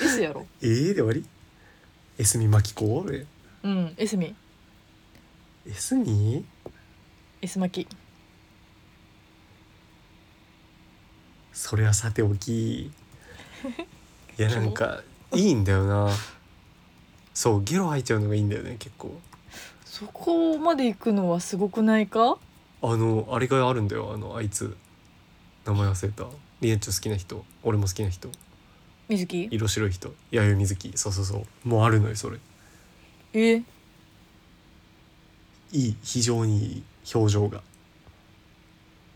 [SPEAKER 2] S やろ
[SPEAKER 1] えー、で終わりエスミマキコ俺
[SPEAKER 2] うん S み
[SPEAKER 1] エスミ
[SPEAKER 2] S 巻き
[SPEAKER 1] それはさてお きいやなんかいいんだよなそうゲロ吐いちゃうのがいいんだよね結構
[SPEAKER 2] そこまで行くのはすごくないか
[SPEAKER 1] あのあれがあるんだよあのあいつ名前忘れたリエンチョ好きな人俺も好きな人
[SPEAKER 2] 水木
[SPEAKER 1] 色白い人弥生瑞希そうそうそうもうあるのよそれ
[SPEAKER 2] え
[SPEAKER 1] いい非常にいい表情が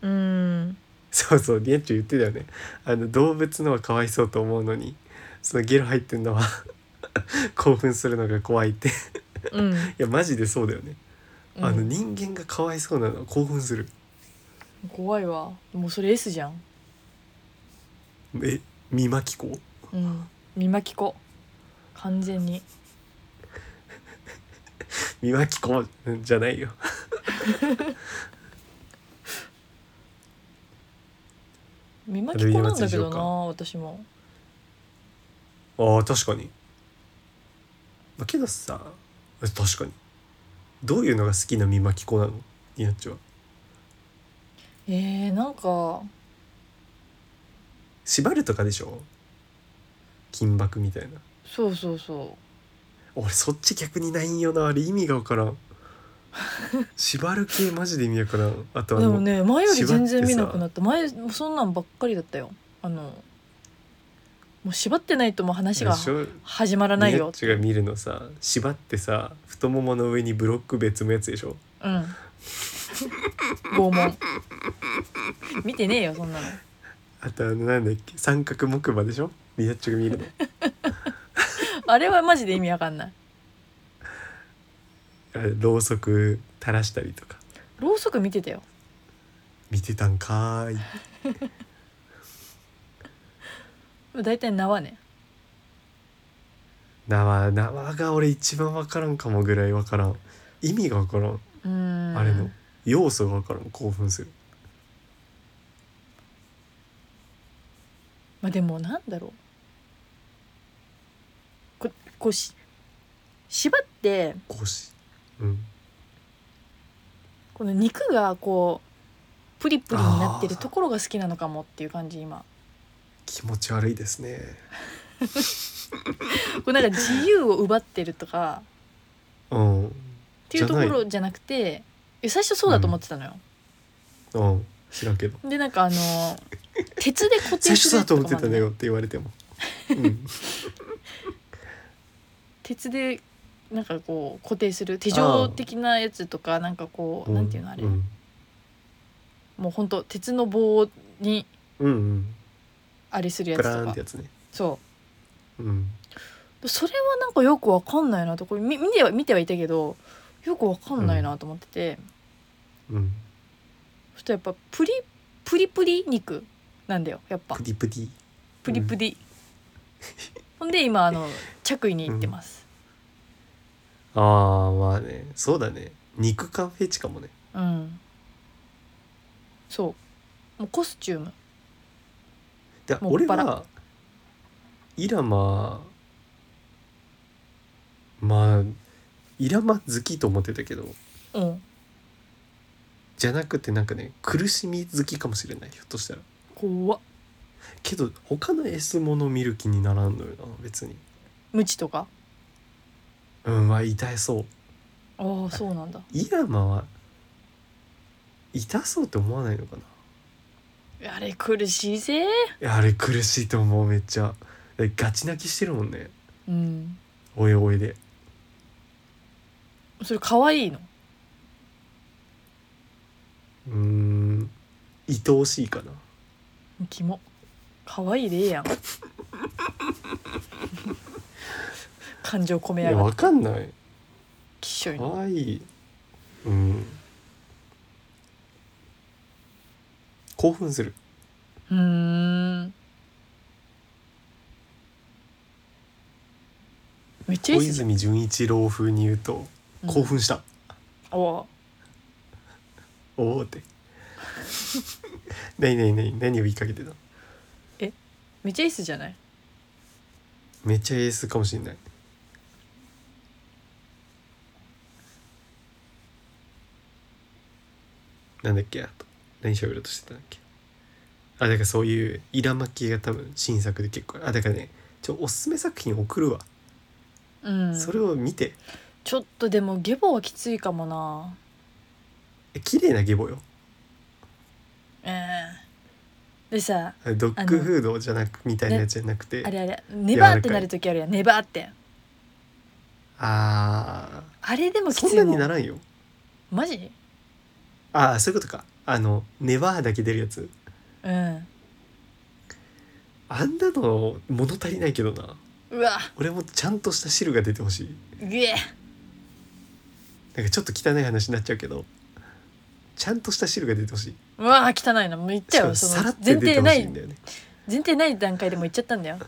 [SPEAKER 2] うん
[SPEAKER 1] そうそうリエンチョ言ってたよねあの動物のはかわいそうと思うのにそのゲロ入ってんのは 興奮するのが怖いってい
[SPEAKER 2] うん
[SPEAKER 1] やマジでそうだよね、あ
[SPEAKER 2] う
[SPEAKER 1] の
[SPEAKER 2] ん
[SPEAKER 1] 人間がかわいそうなのは興奮する
[SPEAKER 2] 怖いわもうそれ S じゃん
[SPEAKER 1] え見巻き子
[SPEAKER 2] うん見巻き子完全に
[SPEAKER 1] 見巻き子じゃないよ
[SPEAKER 2] 見巻き子な
[SPEAKER 1] ルイ
[SPEAKER 2] んだけど
[SPEAKER 1] 松井
[SPEAKER 2] な
[SPEAKER 1] 翔
[SPEAKER 2] 私も
[SPEAKER 1] あー確かにだけどさ確かにどういうのが好きな見巻き子なのリエンチョは
[SPEAKER 2] えー、なんか
[SPEAKER 1] 縛るとかでしょ金箔みたいな
[SPEAKER 2] そうそうそ
[SPEAKER 1] 俺そっち逆にないんよなあれ意味がわから ん縛る系マジで意味わからんあと
[SPEAKER 2] う
[SPEAKER 1] あ
[SPEAKER 2] で
[SPEAKER 1] の
[SPEAKER 2] もね前より全
[SPEAKER 1] 縛っ
[SPEAKER 2] 然
[SPEAKER 1] て
[SPEAKER 2] 見
[SPEAKER 1] さ
[SPEAKER 2] なくなった前そんなんばっかりだったよあのもう縛ってないともう話が
[SPEAKER 1] あれでしょ
[SPEAKER 2] 始まらない
[SPEAKER 1] ミヤ
[SPEAKER 2] よ
[SPEAKER 1] ッチが見るのさ縛ってさ太ももの上にブロック別のやつでしょ
[SPEAKER 2] うん 拷問見てねえよそんなの
[SPEAKER 1] あとあのなんだっけ三角木馬でしょミヤッチが見 るの
[SPEAKER 2] あれはマジで意味わかんない
[SPEAKER 1] あれろうそく垂らしたりとか
[SPEAKER 2] ろうそく見てたよ
[SPEAKER 1] 見てたんかーい
[SPEAKER 2] 大体縄ね
[SPEAKER 1] 縄縄が俺一番わからんかもぐらいわからん意味がわからん
[SPEAKER 2] うーん
[SPEAKER 1] あれの要素がわからん興奮する
[SPEAKER 2] まあでもなんだろうここうし縛って
[SPEAKER 1] 腰うん
[SPEAKER 2] この肉がこうプリプリになってるところが好きなのかもっていう感じ今
[SPEAKER 1] 気持ち悪いですね
[SPEAKER 2] こうなんか自由を奪ってるとか
[SPEAKER 1] うん
[SPEAKER 2] っていうところじゃなくてえ最初そうだと思ってたのよ、
[SPEAKER 1] うん知らんけど
[SPEAKER 2] でなんか あの鉄で固
[SPEAKER 1] 最
[SPEAKER 2] 定
[SPEAKER 1] 初
[SPEAKER 2] す
[SPEAKER 1] そう
[SPEAKER 2] る
[SPEAKER 1] だと思って
[SPEAKER 2] かも
[SPEAKER 1] た
[SPEAKER 2] あん
[SPEAKER 1] ん
[SPEAKER 2] の
[SPEAKER 1] だ
[SPEAKER 2] ね
[SPEAKER 1] よって言われても、うん、
[SPEAKER 2] 鉄でなんかこう固定する手錠的なやつとかなんかこ うなんていうのあれ、
[SPEAKER 1] うん
[SPEAKER 2] もうほんと鉄の棒に
[SPEAKER 1] うんうん
[SPEAKER 2] あれするや
[SPEAKER 1] プ
[SPEAKER 2] つ
[SPEAKER 1] ラー
[SPEAKER 2] と
[SPEAKER 1] ンっ
[SPEAKER 2] か
[SPEAKER 1] てやつね
[SPEAKER 2] そ
[SPEAKER 1] うん
[SPEAKER 2] うそれはなんかよくわかんないなとこれ見見ては見てはいたけどよくわかんないなと思ってて、
[SPEAKER 1] うん
[SPEAKER 2] そしたらやっぱプリプリプリ肉なんだよやっぱ
[SPEAKER 1] プディプディ
[SPEAKER 2] プリプ リ、ほんで今あの着衣に行ってます
[SPEAKER 1] ああまあねそうだね肉感フェチかもね
[SPEAKER 2] うん、そうもうコスチューム
[SPEAKER 1] だ
[SPEAKER 2] もっ
[SPEAKER 1] 俺
[SPEAKER 2] ぱら
[SPEAKER 1] はイラマまあイラマ好きと思ってたけど
[SPEAKER 2] うん
[SPEAKER 1] じゃなくてなんかね苦しみ好きかもしれないひょっとしたら
[SPEAKER 2] 怖っ
[SPEAKER 1] けど他の S もの見る気にならんのよな別に
[SPEAKER 2] 無知とか
[SPEAKER 1] うんまあ痛そう
[SPEAKER 2] ああそうなんだ
[SPEAKER 1] イラマは痛そうって思わないのかない
[SPEAKER 2] あれ苦しいぜ
[SPEAKER 1] やあれ苦しいと思うめっちゃでガチ泣きしてるもんね
[SPEAKER 2] うん
[SPEAKER 1] おいおいで
[SPEAKER 2] それ可愛いの
[SPEAKER 1] うーん愛おしいかな
[SPEAKER 2] キモ可愛いでええ やん感情込め
[SPEAKER 1] い
[SPEAKER 2] や
[SPEAKER 1] や
[SPEAKER 2] がっ
[SPEAKER 1] わ
[SPEAKER 2] て
[SPEAKER 1] かんない
[SPEAKER 2] きっしょい
[SPEAKER 1] か
[SPEAKER 2] の
[SPEAKER 1] わいいうん興奮する
[SPEAKER 2] うーんめっちゃい
[SPEAKER 1] 小
[SPEAKER 2] いっすね
[SPEAKER 1] 泉純一郎風に言うと興奮した、
[SPEAKER 2] お
[SPEAKER 1] おおって 何何何何を言いかけてた
[SPEAKER 2] めっちゃいいっすじゃない
[SPEAKER 1] めっちゃエースかもしれないなんだっけあと何喋ろうとしてたんだっけあだからそういうイラ巻きが多分新作で結構あだからねちょおすすめ作品送るわ、
[SPEAKER 2] うん
[SPEAKER 1] それを見て
[SPEAKER 2] ちょっとでもゲボはきついかもな
[SPEAKER 1] え綺麗なゲボよ
[SPEAKER 2] ええでさ
[SPEAKER 1] ドッグフードじゃなくみたいなやつじゃなくて、
[SPEAKER 2] あれあれネバーってなる時あるやんネバーって
[SPEAKER 1] あ
[SPEAKER 2] あれでも
[SPEAKER 1] あ
[SPEAKER 2] き
[SPEAKER 1] そ
[SPEAKER 2] つ
[SPEAKER 1] ん
[SPEAKER 2] い
[SPEAKER 1] な
[SPEAKER 2] も
[SPEAKER 1] に
[SPEAKER 2] ん
[SPEAKER 1] ならんよ
[SPEAKER 2] マジ
[SPEAKER 1] ああそういうことかあのネバーだけ出るやつ
[SPEAKER 2] うん
[SPEAKER 1] あんなの物足りないけどな
[SPEAKER 2] うわ
[SPEAKER 1] 俺もちゃんとした汁が出てほしい
[SPEAKER 2] ぐえ
[SPEAKER 1] なんかちょっと汚い話になっちゃうけどちゃんとした汁が出てほしいう
[SPEAKER 2] わ汚いなもう言っち
[SPEAKER 1] し
[SPEAKER 2] ゃ
[SPEAKER 1] か
[SPEAKER 2] う
[SPEAKER 1] も
[SPEAKER 2] そ
[SPEAKER 1] さら
[SPEAKER 2] の
[SPEAKER 1] って
[SPEAKER 2] 前
[SPEAKER 1] 出て
[SPEAKER 2] 提
[SPEAKER 1] ほ
[SPEAKER 2] な
[SPEAKER 1] しい
[SPEAKER 2] い
[SPEAKER 1] んだよね
[SPEAKER 2] 前提ない段階でもう言っちゃったんだよ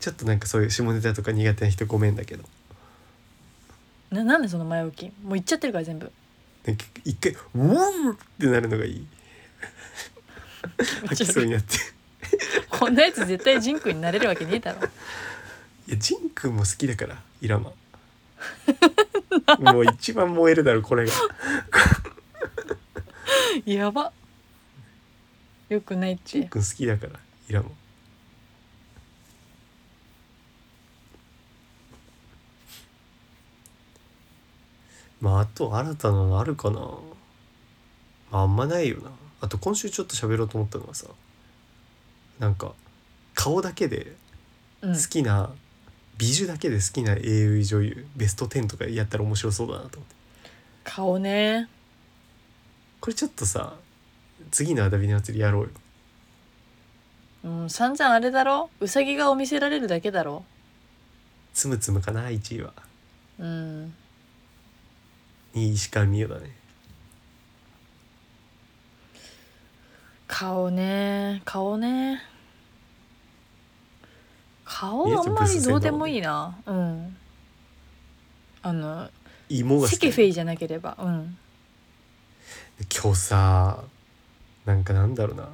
[SPEAKER 1] ちょっとなんかそういう下ネタとか苦手な人ごめんだけど
[SPEAKER 2] ななんでその前置きもう言っちゃってるから全 部
[SPEAKER 1] なんか一回「ウォン!」ってなるのがいい吐きそうになって
[SPEAKER 2] こんなやつ絶対ジンクになれるわけねえだろ
[SPEAKER 1] いやジンくんも好きだからイラマ もう一番燃えるだろこれが
[SPEAKER 2] やばよくないっ
[SPEAKER 1] ジン
[SPEAKER 2] て
[SPEAKER 1] くん好きだからイラマまああと新たなのあるかな、まあ、あんまないよなあと今週ちょっと喋ろうと思ったのがさなんか顔だけで
[SPEAKER 2] うん
[SPEAKER 1] 好きな、美女だけで好きな AV 女優ベスト10とかやったら面白そうだなと思って
[SPEAKER 2] 顔ね
[SPEAKER 1] これちょっとさ次のアダビネ祭りやろうよ
[SPEAKER 2] うん散々あれだろうさぎ顔見せられるだけだろ
[SPEAKER 1] つむつむかな1位は
[SPEAKER 2] うん
[SPEAKER 1] 2位石川美代だね
[SPEAKER 2] 顔ね顔ね顔
[SPEAKER 1] いや
[SPEAKER 2] あんま
[SPEAKER 1] ちょ
[SPEAKER 2] り
[SPEAKER 1] っと
[SPEAKER 2] どうでもいいなうんあの
[SPEAKER 1] 芋が好
[SPEAKER 2] セ
[SPEAKER 1] き
[SPEAKER 2] ケフェイじゃなければうん
[SPEAKER 1] 今日さなんかなんだろうな、ま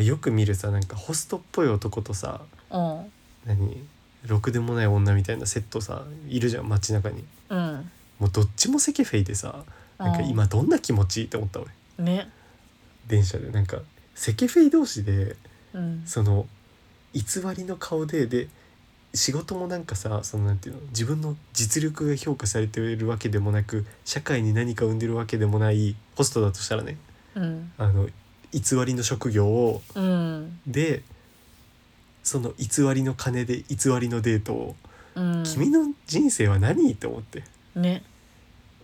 [SPEAKER 1] あ、よく見るさなんかホストっぽい男とさ
[SPEAKER 2] うん
[SPEAKER 1] 何ろくでもない女みたいなセットさいるじゃん街中に
[SPEAKER 2] うん
[SPEAKER 1] もうどっちもセケフェイでさなんか今どんな気持ちいいって思った俺
[SPEAKER 2] うんね
[SPEAKER 1] 電車でなんかセケフェイ同士で
[SPEAKER 2] うん
[SPEAKER 1] その偽りの顔でで仕事もなんかさそのなんていうの自分の実力が評価されているわけでもなく社会に何か生んでるわけでもないホストだとしたらね
[SPEAKER 2] うん
[SPEAKER 1] あの偽りの職業を
[SPEAKER 2] うん
[SPEAKER 1] でその偽りの金で偽りのデートを、
[SPEAKER 2] うん
[SPEAKER 1] 君の人生は何って思って
[SPEAKER 2] ね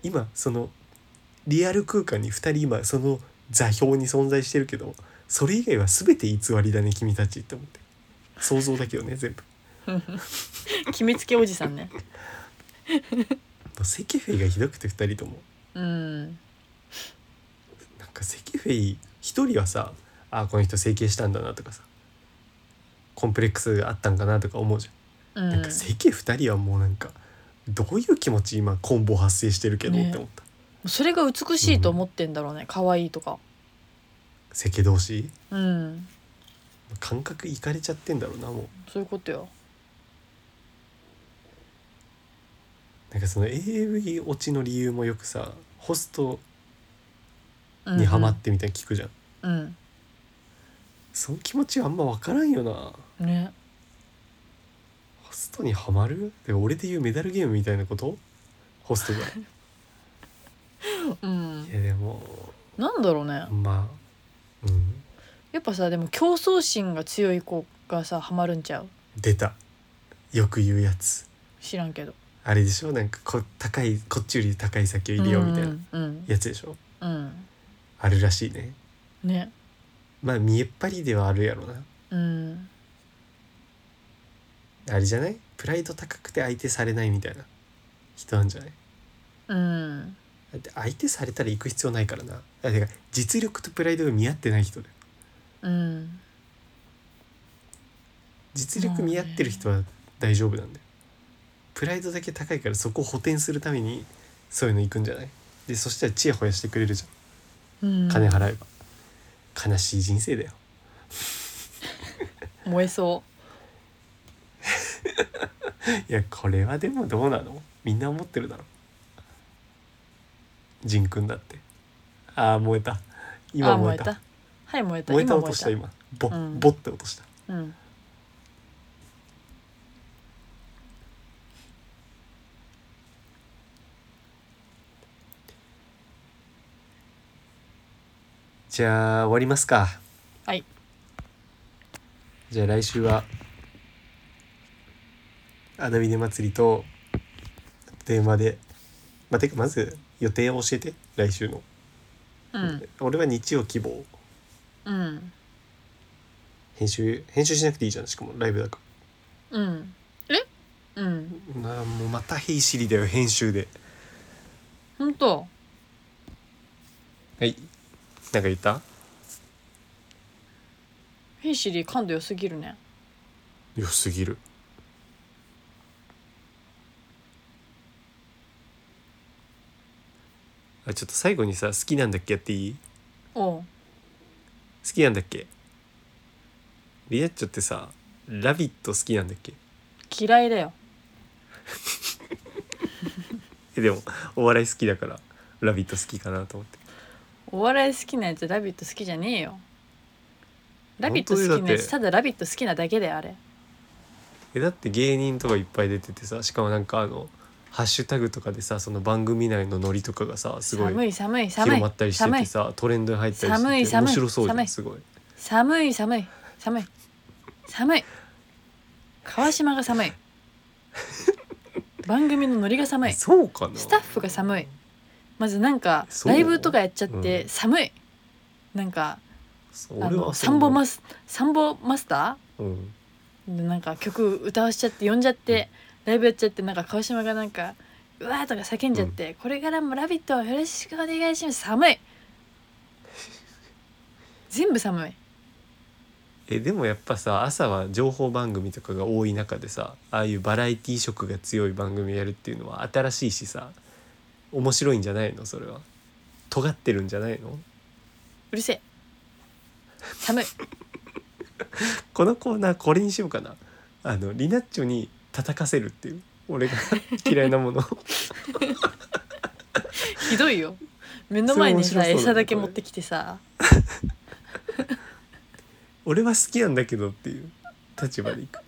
[SPEAKER 1] 今そのリアル空間に2人今その座標に存在してるけどそれ以外は全て偽りだね君たちって思って想像だけどね全部。
[SPEAKER 2] 決めつけおじさんね
[SPEAKER 1] もうセキフェイがひどくて2人とも
[SPEAKER 2] うん
[SPEAKER 1] なんかセキフェイ1人はさあこの人整形したんだなとかさコンプレックスあったんかなとか思うじ
[SPEAKER 2] う
[SPEAKER 1] ゃん、
[SPEAKER 2] ん
[SPEAKER 1] なんかセキ2人はもうなんかどういう気持ち今コンボ発生してるけどっ
[SPEAKER 2] ね
[SPEAKER 1] て思った、
[SPEAKER 2] それが美しいと思ってんだろうね可愛いとか
[SPEAKER 1] セキ同士
[SPEAKER 2] うん
[SPEAKER 1] 感覚いかれちゃってんだろうなもう
[SPEAKER 2] そういうことよ
[SPEAKER 1] なんかその AV 落ちの理由もよくさホスト
[SPEAKER 2] うんうん
[SPEAKER 1] にハマってみたいに聞くじゃん、
[SPEAKER 2] うん
[SPEAKER 1] その気持ちはあんま分からんよなホ
[SPEAKER 2] ね
[SPEAKER 1] ストにハマるで俺で言うメダルゲームみたいなことホ ストが
[SPEAKER 2] うん
[SPEAKER 1] いやでも
[SPEAKER 2] なんだろうね
[SPEAKER 1] まあうん
[SPEAKER 2] やっぱさでも競争心が強い子がさハマるんちゃう
[SPEAKER 1] 出たよく言うやつ
[SPEAKER 2] 知らんけど
[SPEAKER 1] あれでしょなんかこ高いこっちより高い酒を入れようみたいな
[SPEAKER 2] うんうん
[SPEAKER 1] やつでしょ
[SPEAKER 2] うん
[SPEAKER 1] あるらしいね
[SPEAKER 2] ね
[SPEAKER 1] まあ見えっ張りではあるやろな
[SPEAKER 2] うん
[SPEAKER 1] あれじゃないプライド高くて相手されないみたいな人なんじゃない
[SPEAKER 2] うん
[SPEAKER 1] だって相手されたら行く必要ないからなあてか実力とプライドが見合ってない人だよ
[SPEAKER 2] うん
[SPEAKER 1] 実力見合ってる人は大丈夫なんだよプライドだけ高いからそこを補填するためにそういうの行くんじゃないでそしたらチヤホヤしてくれるじゃん
[SPEAKER 2] うん
[SPEAKER 1] 金払えば、悲しい人生だよ
[SPEAKER 2] 燃えそ
[SPEAKER 1] いやこれはでもどうなのみんな思ってるだろ仁君だってああ燃えた
[SPEAKER 2] う
[SPEAKER 1] 今
[SPEAKER 2] あ
[SPEAKER 1] 燃えた
[SPEAKER 2] はい燃えた
[SPEAKER 1] 燃えた
[SPEAKER 2] 今
[SPEAKER 1] 落とした
[SPEAKER 2] 燃え
[SPEAKER 1] 今ボッ、
[SPEAKER 2] うん
[SPEAKER 1] ボッて落とした
[SPEAKER 2] たうん
[SPEAKER 1] じゃあ終わりますか
[SPEAKER 2] はい
[SPEAKER 1] じゃあ来週はアダミネ祭りと電話でまあ、てかまず予定を教えて来週の、
[SPEAKER 2] うん
[SPEAKER 1] 俺は日曜希望
[SPEAKER 2] うん
[SPEAKER 1] 編集編集しなくていいじゃんしかもライブだか
[SPEAKER 2] うんえうん
[SPEAKER 1] らまあもうまたヘイシリだよ編集で
[SPEAKER 2] 本当
[SPEAKER 1] はいなんか言った
[SPEAKER 2] ヘイシリー感度良すぎるね
[SPEAKER 1] 良すぎるあちょっと最後にさ「好きなんだっけ?」やっていい
[SPEAKER 2] おう
[SPEAKER 1] 好きなんだっけリアッチョってさ「ラビット!」好きなんだっけ
[SPEAKER 2] 嫌いだよ
[SPEAKER 1] えでもお笑い好きだから「ラビット!」好きかなと思って
[SPEAKER 2] お笑い好きなやつ「ラビット!」好きじゃねえよ「ラビット!」
[SPEAKER 1] 本当だよ
[SPEAKER 2] 好きなやつ
[SPEAKER 1] だ
[SPEAKER 2] ただ「ラビット!」好きなだけだよあれ
[SPEAKER 1] えだって芸人とかいっぱい出ててさしかもなんかあのハッシュタグとかでさその番組内のノリとかがさすごい
[SPEAKER 2] 寒い寒い寒
[SPEAKER 1] 広
[SPEAKER 2] い
[SPEAKER 1] まったりして
[SPEAKER 2] 寒
[SPEAKER 1] て
[SPEAKER 2] い
[SPEAKER 1] さトレンドに入ったり
[SPEAKER 2] 寒
[SPEAKER 1] してて
[SPEAKER 2] い寒い
[SPEAKER 1] 面白そうじゃ
[SPEAKER 2] 寒
[SPEAKER 1] ん
[SPEAKER 2] い
[SPEAKER 1] すごい
[SPEAKER 2] 寒い寒い寒い寒い川島が寒い番組のノリが寒いス
[SPEAKER 1] そうかな
[SPEAKER 2] タッフが寒いまずなんか
[SPEAKER 1] そう
[SPEAKER 2] ライブとかやっちゃっ
[SPEAKER 1] う
[SPEAKER 2] て
[SPEAKER 1] ん
[SPEAKER 2] 寒い、なんか
[SPEAKER 1] そう
[SPEAKER 2] あ
[SPEAKER 1] 俺
[SPEAKER 2] の
[SPEAKER 1] は
[SPEAKER 2] サンボマ
[SPEAKER 1] ス、
[SPEAKER 2] スサンボマスタ
[SPEAKER 1] うん、
[SPEAKER 2] ーでなんか曲歌わしちゃって呼んじゃってライブやっちゃってなんか川島がなんか「うわ!」とか叫んじゃって、これからも「ラビット!」よろしくお願いします寒い全部寒い
[SPEAKER 1] えでもやっぱさ朝は情報番組とかが多い中でさああいうバラエティ色が強い番組やるっていうのは新しいしさ面白いんじゃないのそれは尖ってるんじゃないの
[SPEAKER 2] うるせえ寒い
[SPEAKER 1] このコーナーこれにしようかなあのリナッチョに叩かせるっていう俺が 嫌いなものを
[SPEAKER 2] ひどいよ目の前に
[SPEAKER 1] それ面白そうだね
[SPEAKER 2] さ餌だけ
[SPEAKER 1] これ
[SPEAKER 2] 持ってきてさ
[SPEAKER 1] 俺は好きなんだけどっていう立場でいく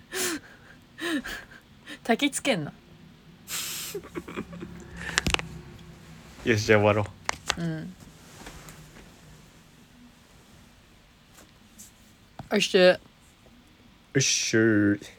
[SPEAKER 2] 焚きつけんの
[SPEAKER 1] よしじゃあ終わろう
[SPEAKER 2] うん愛して
[SPEAKER 1] よっしゃー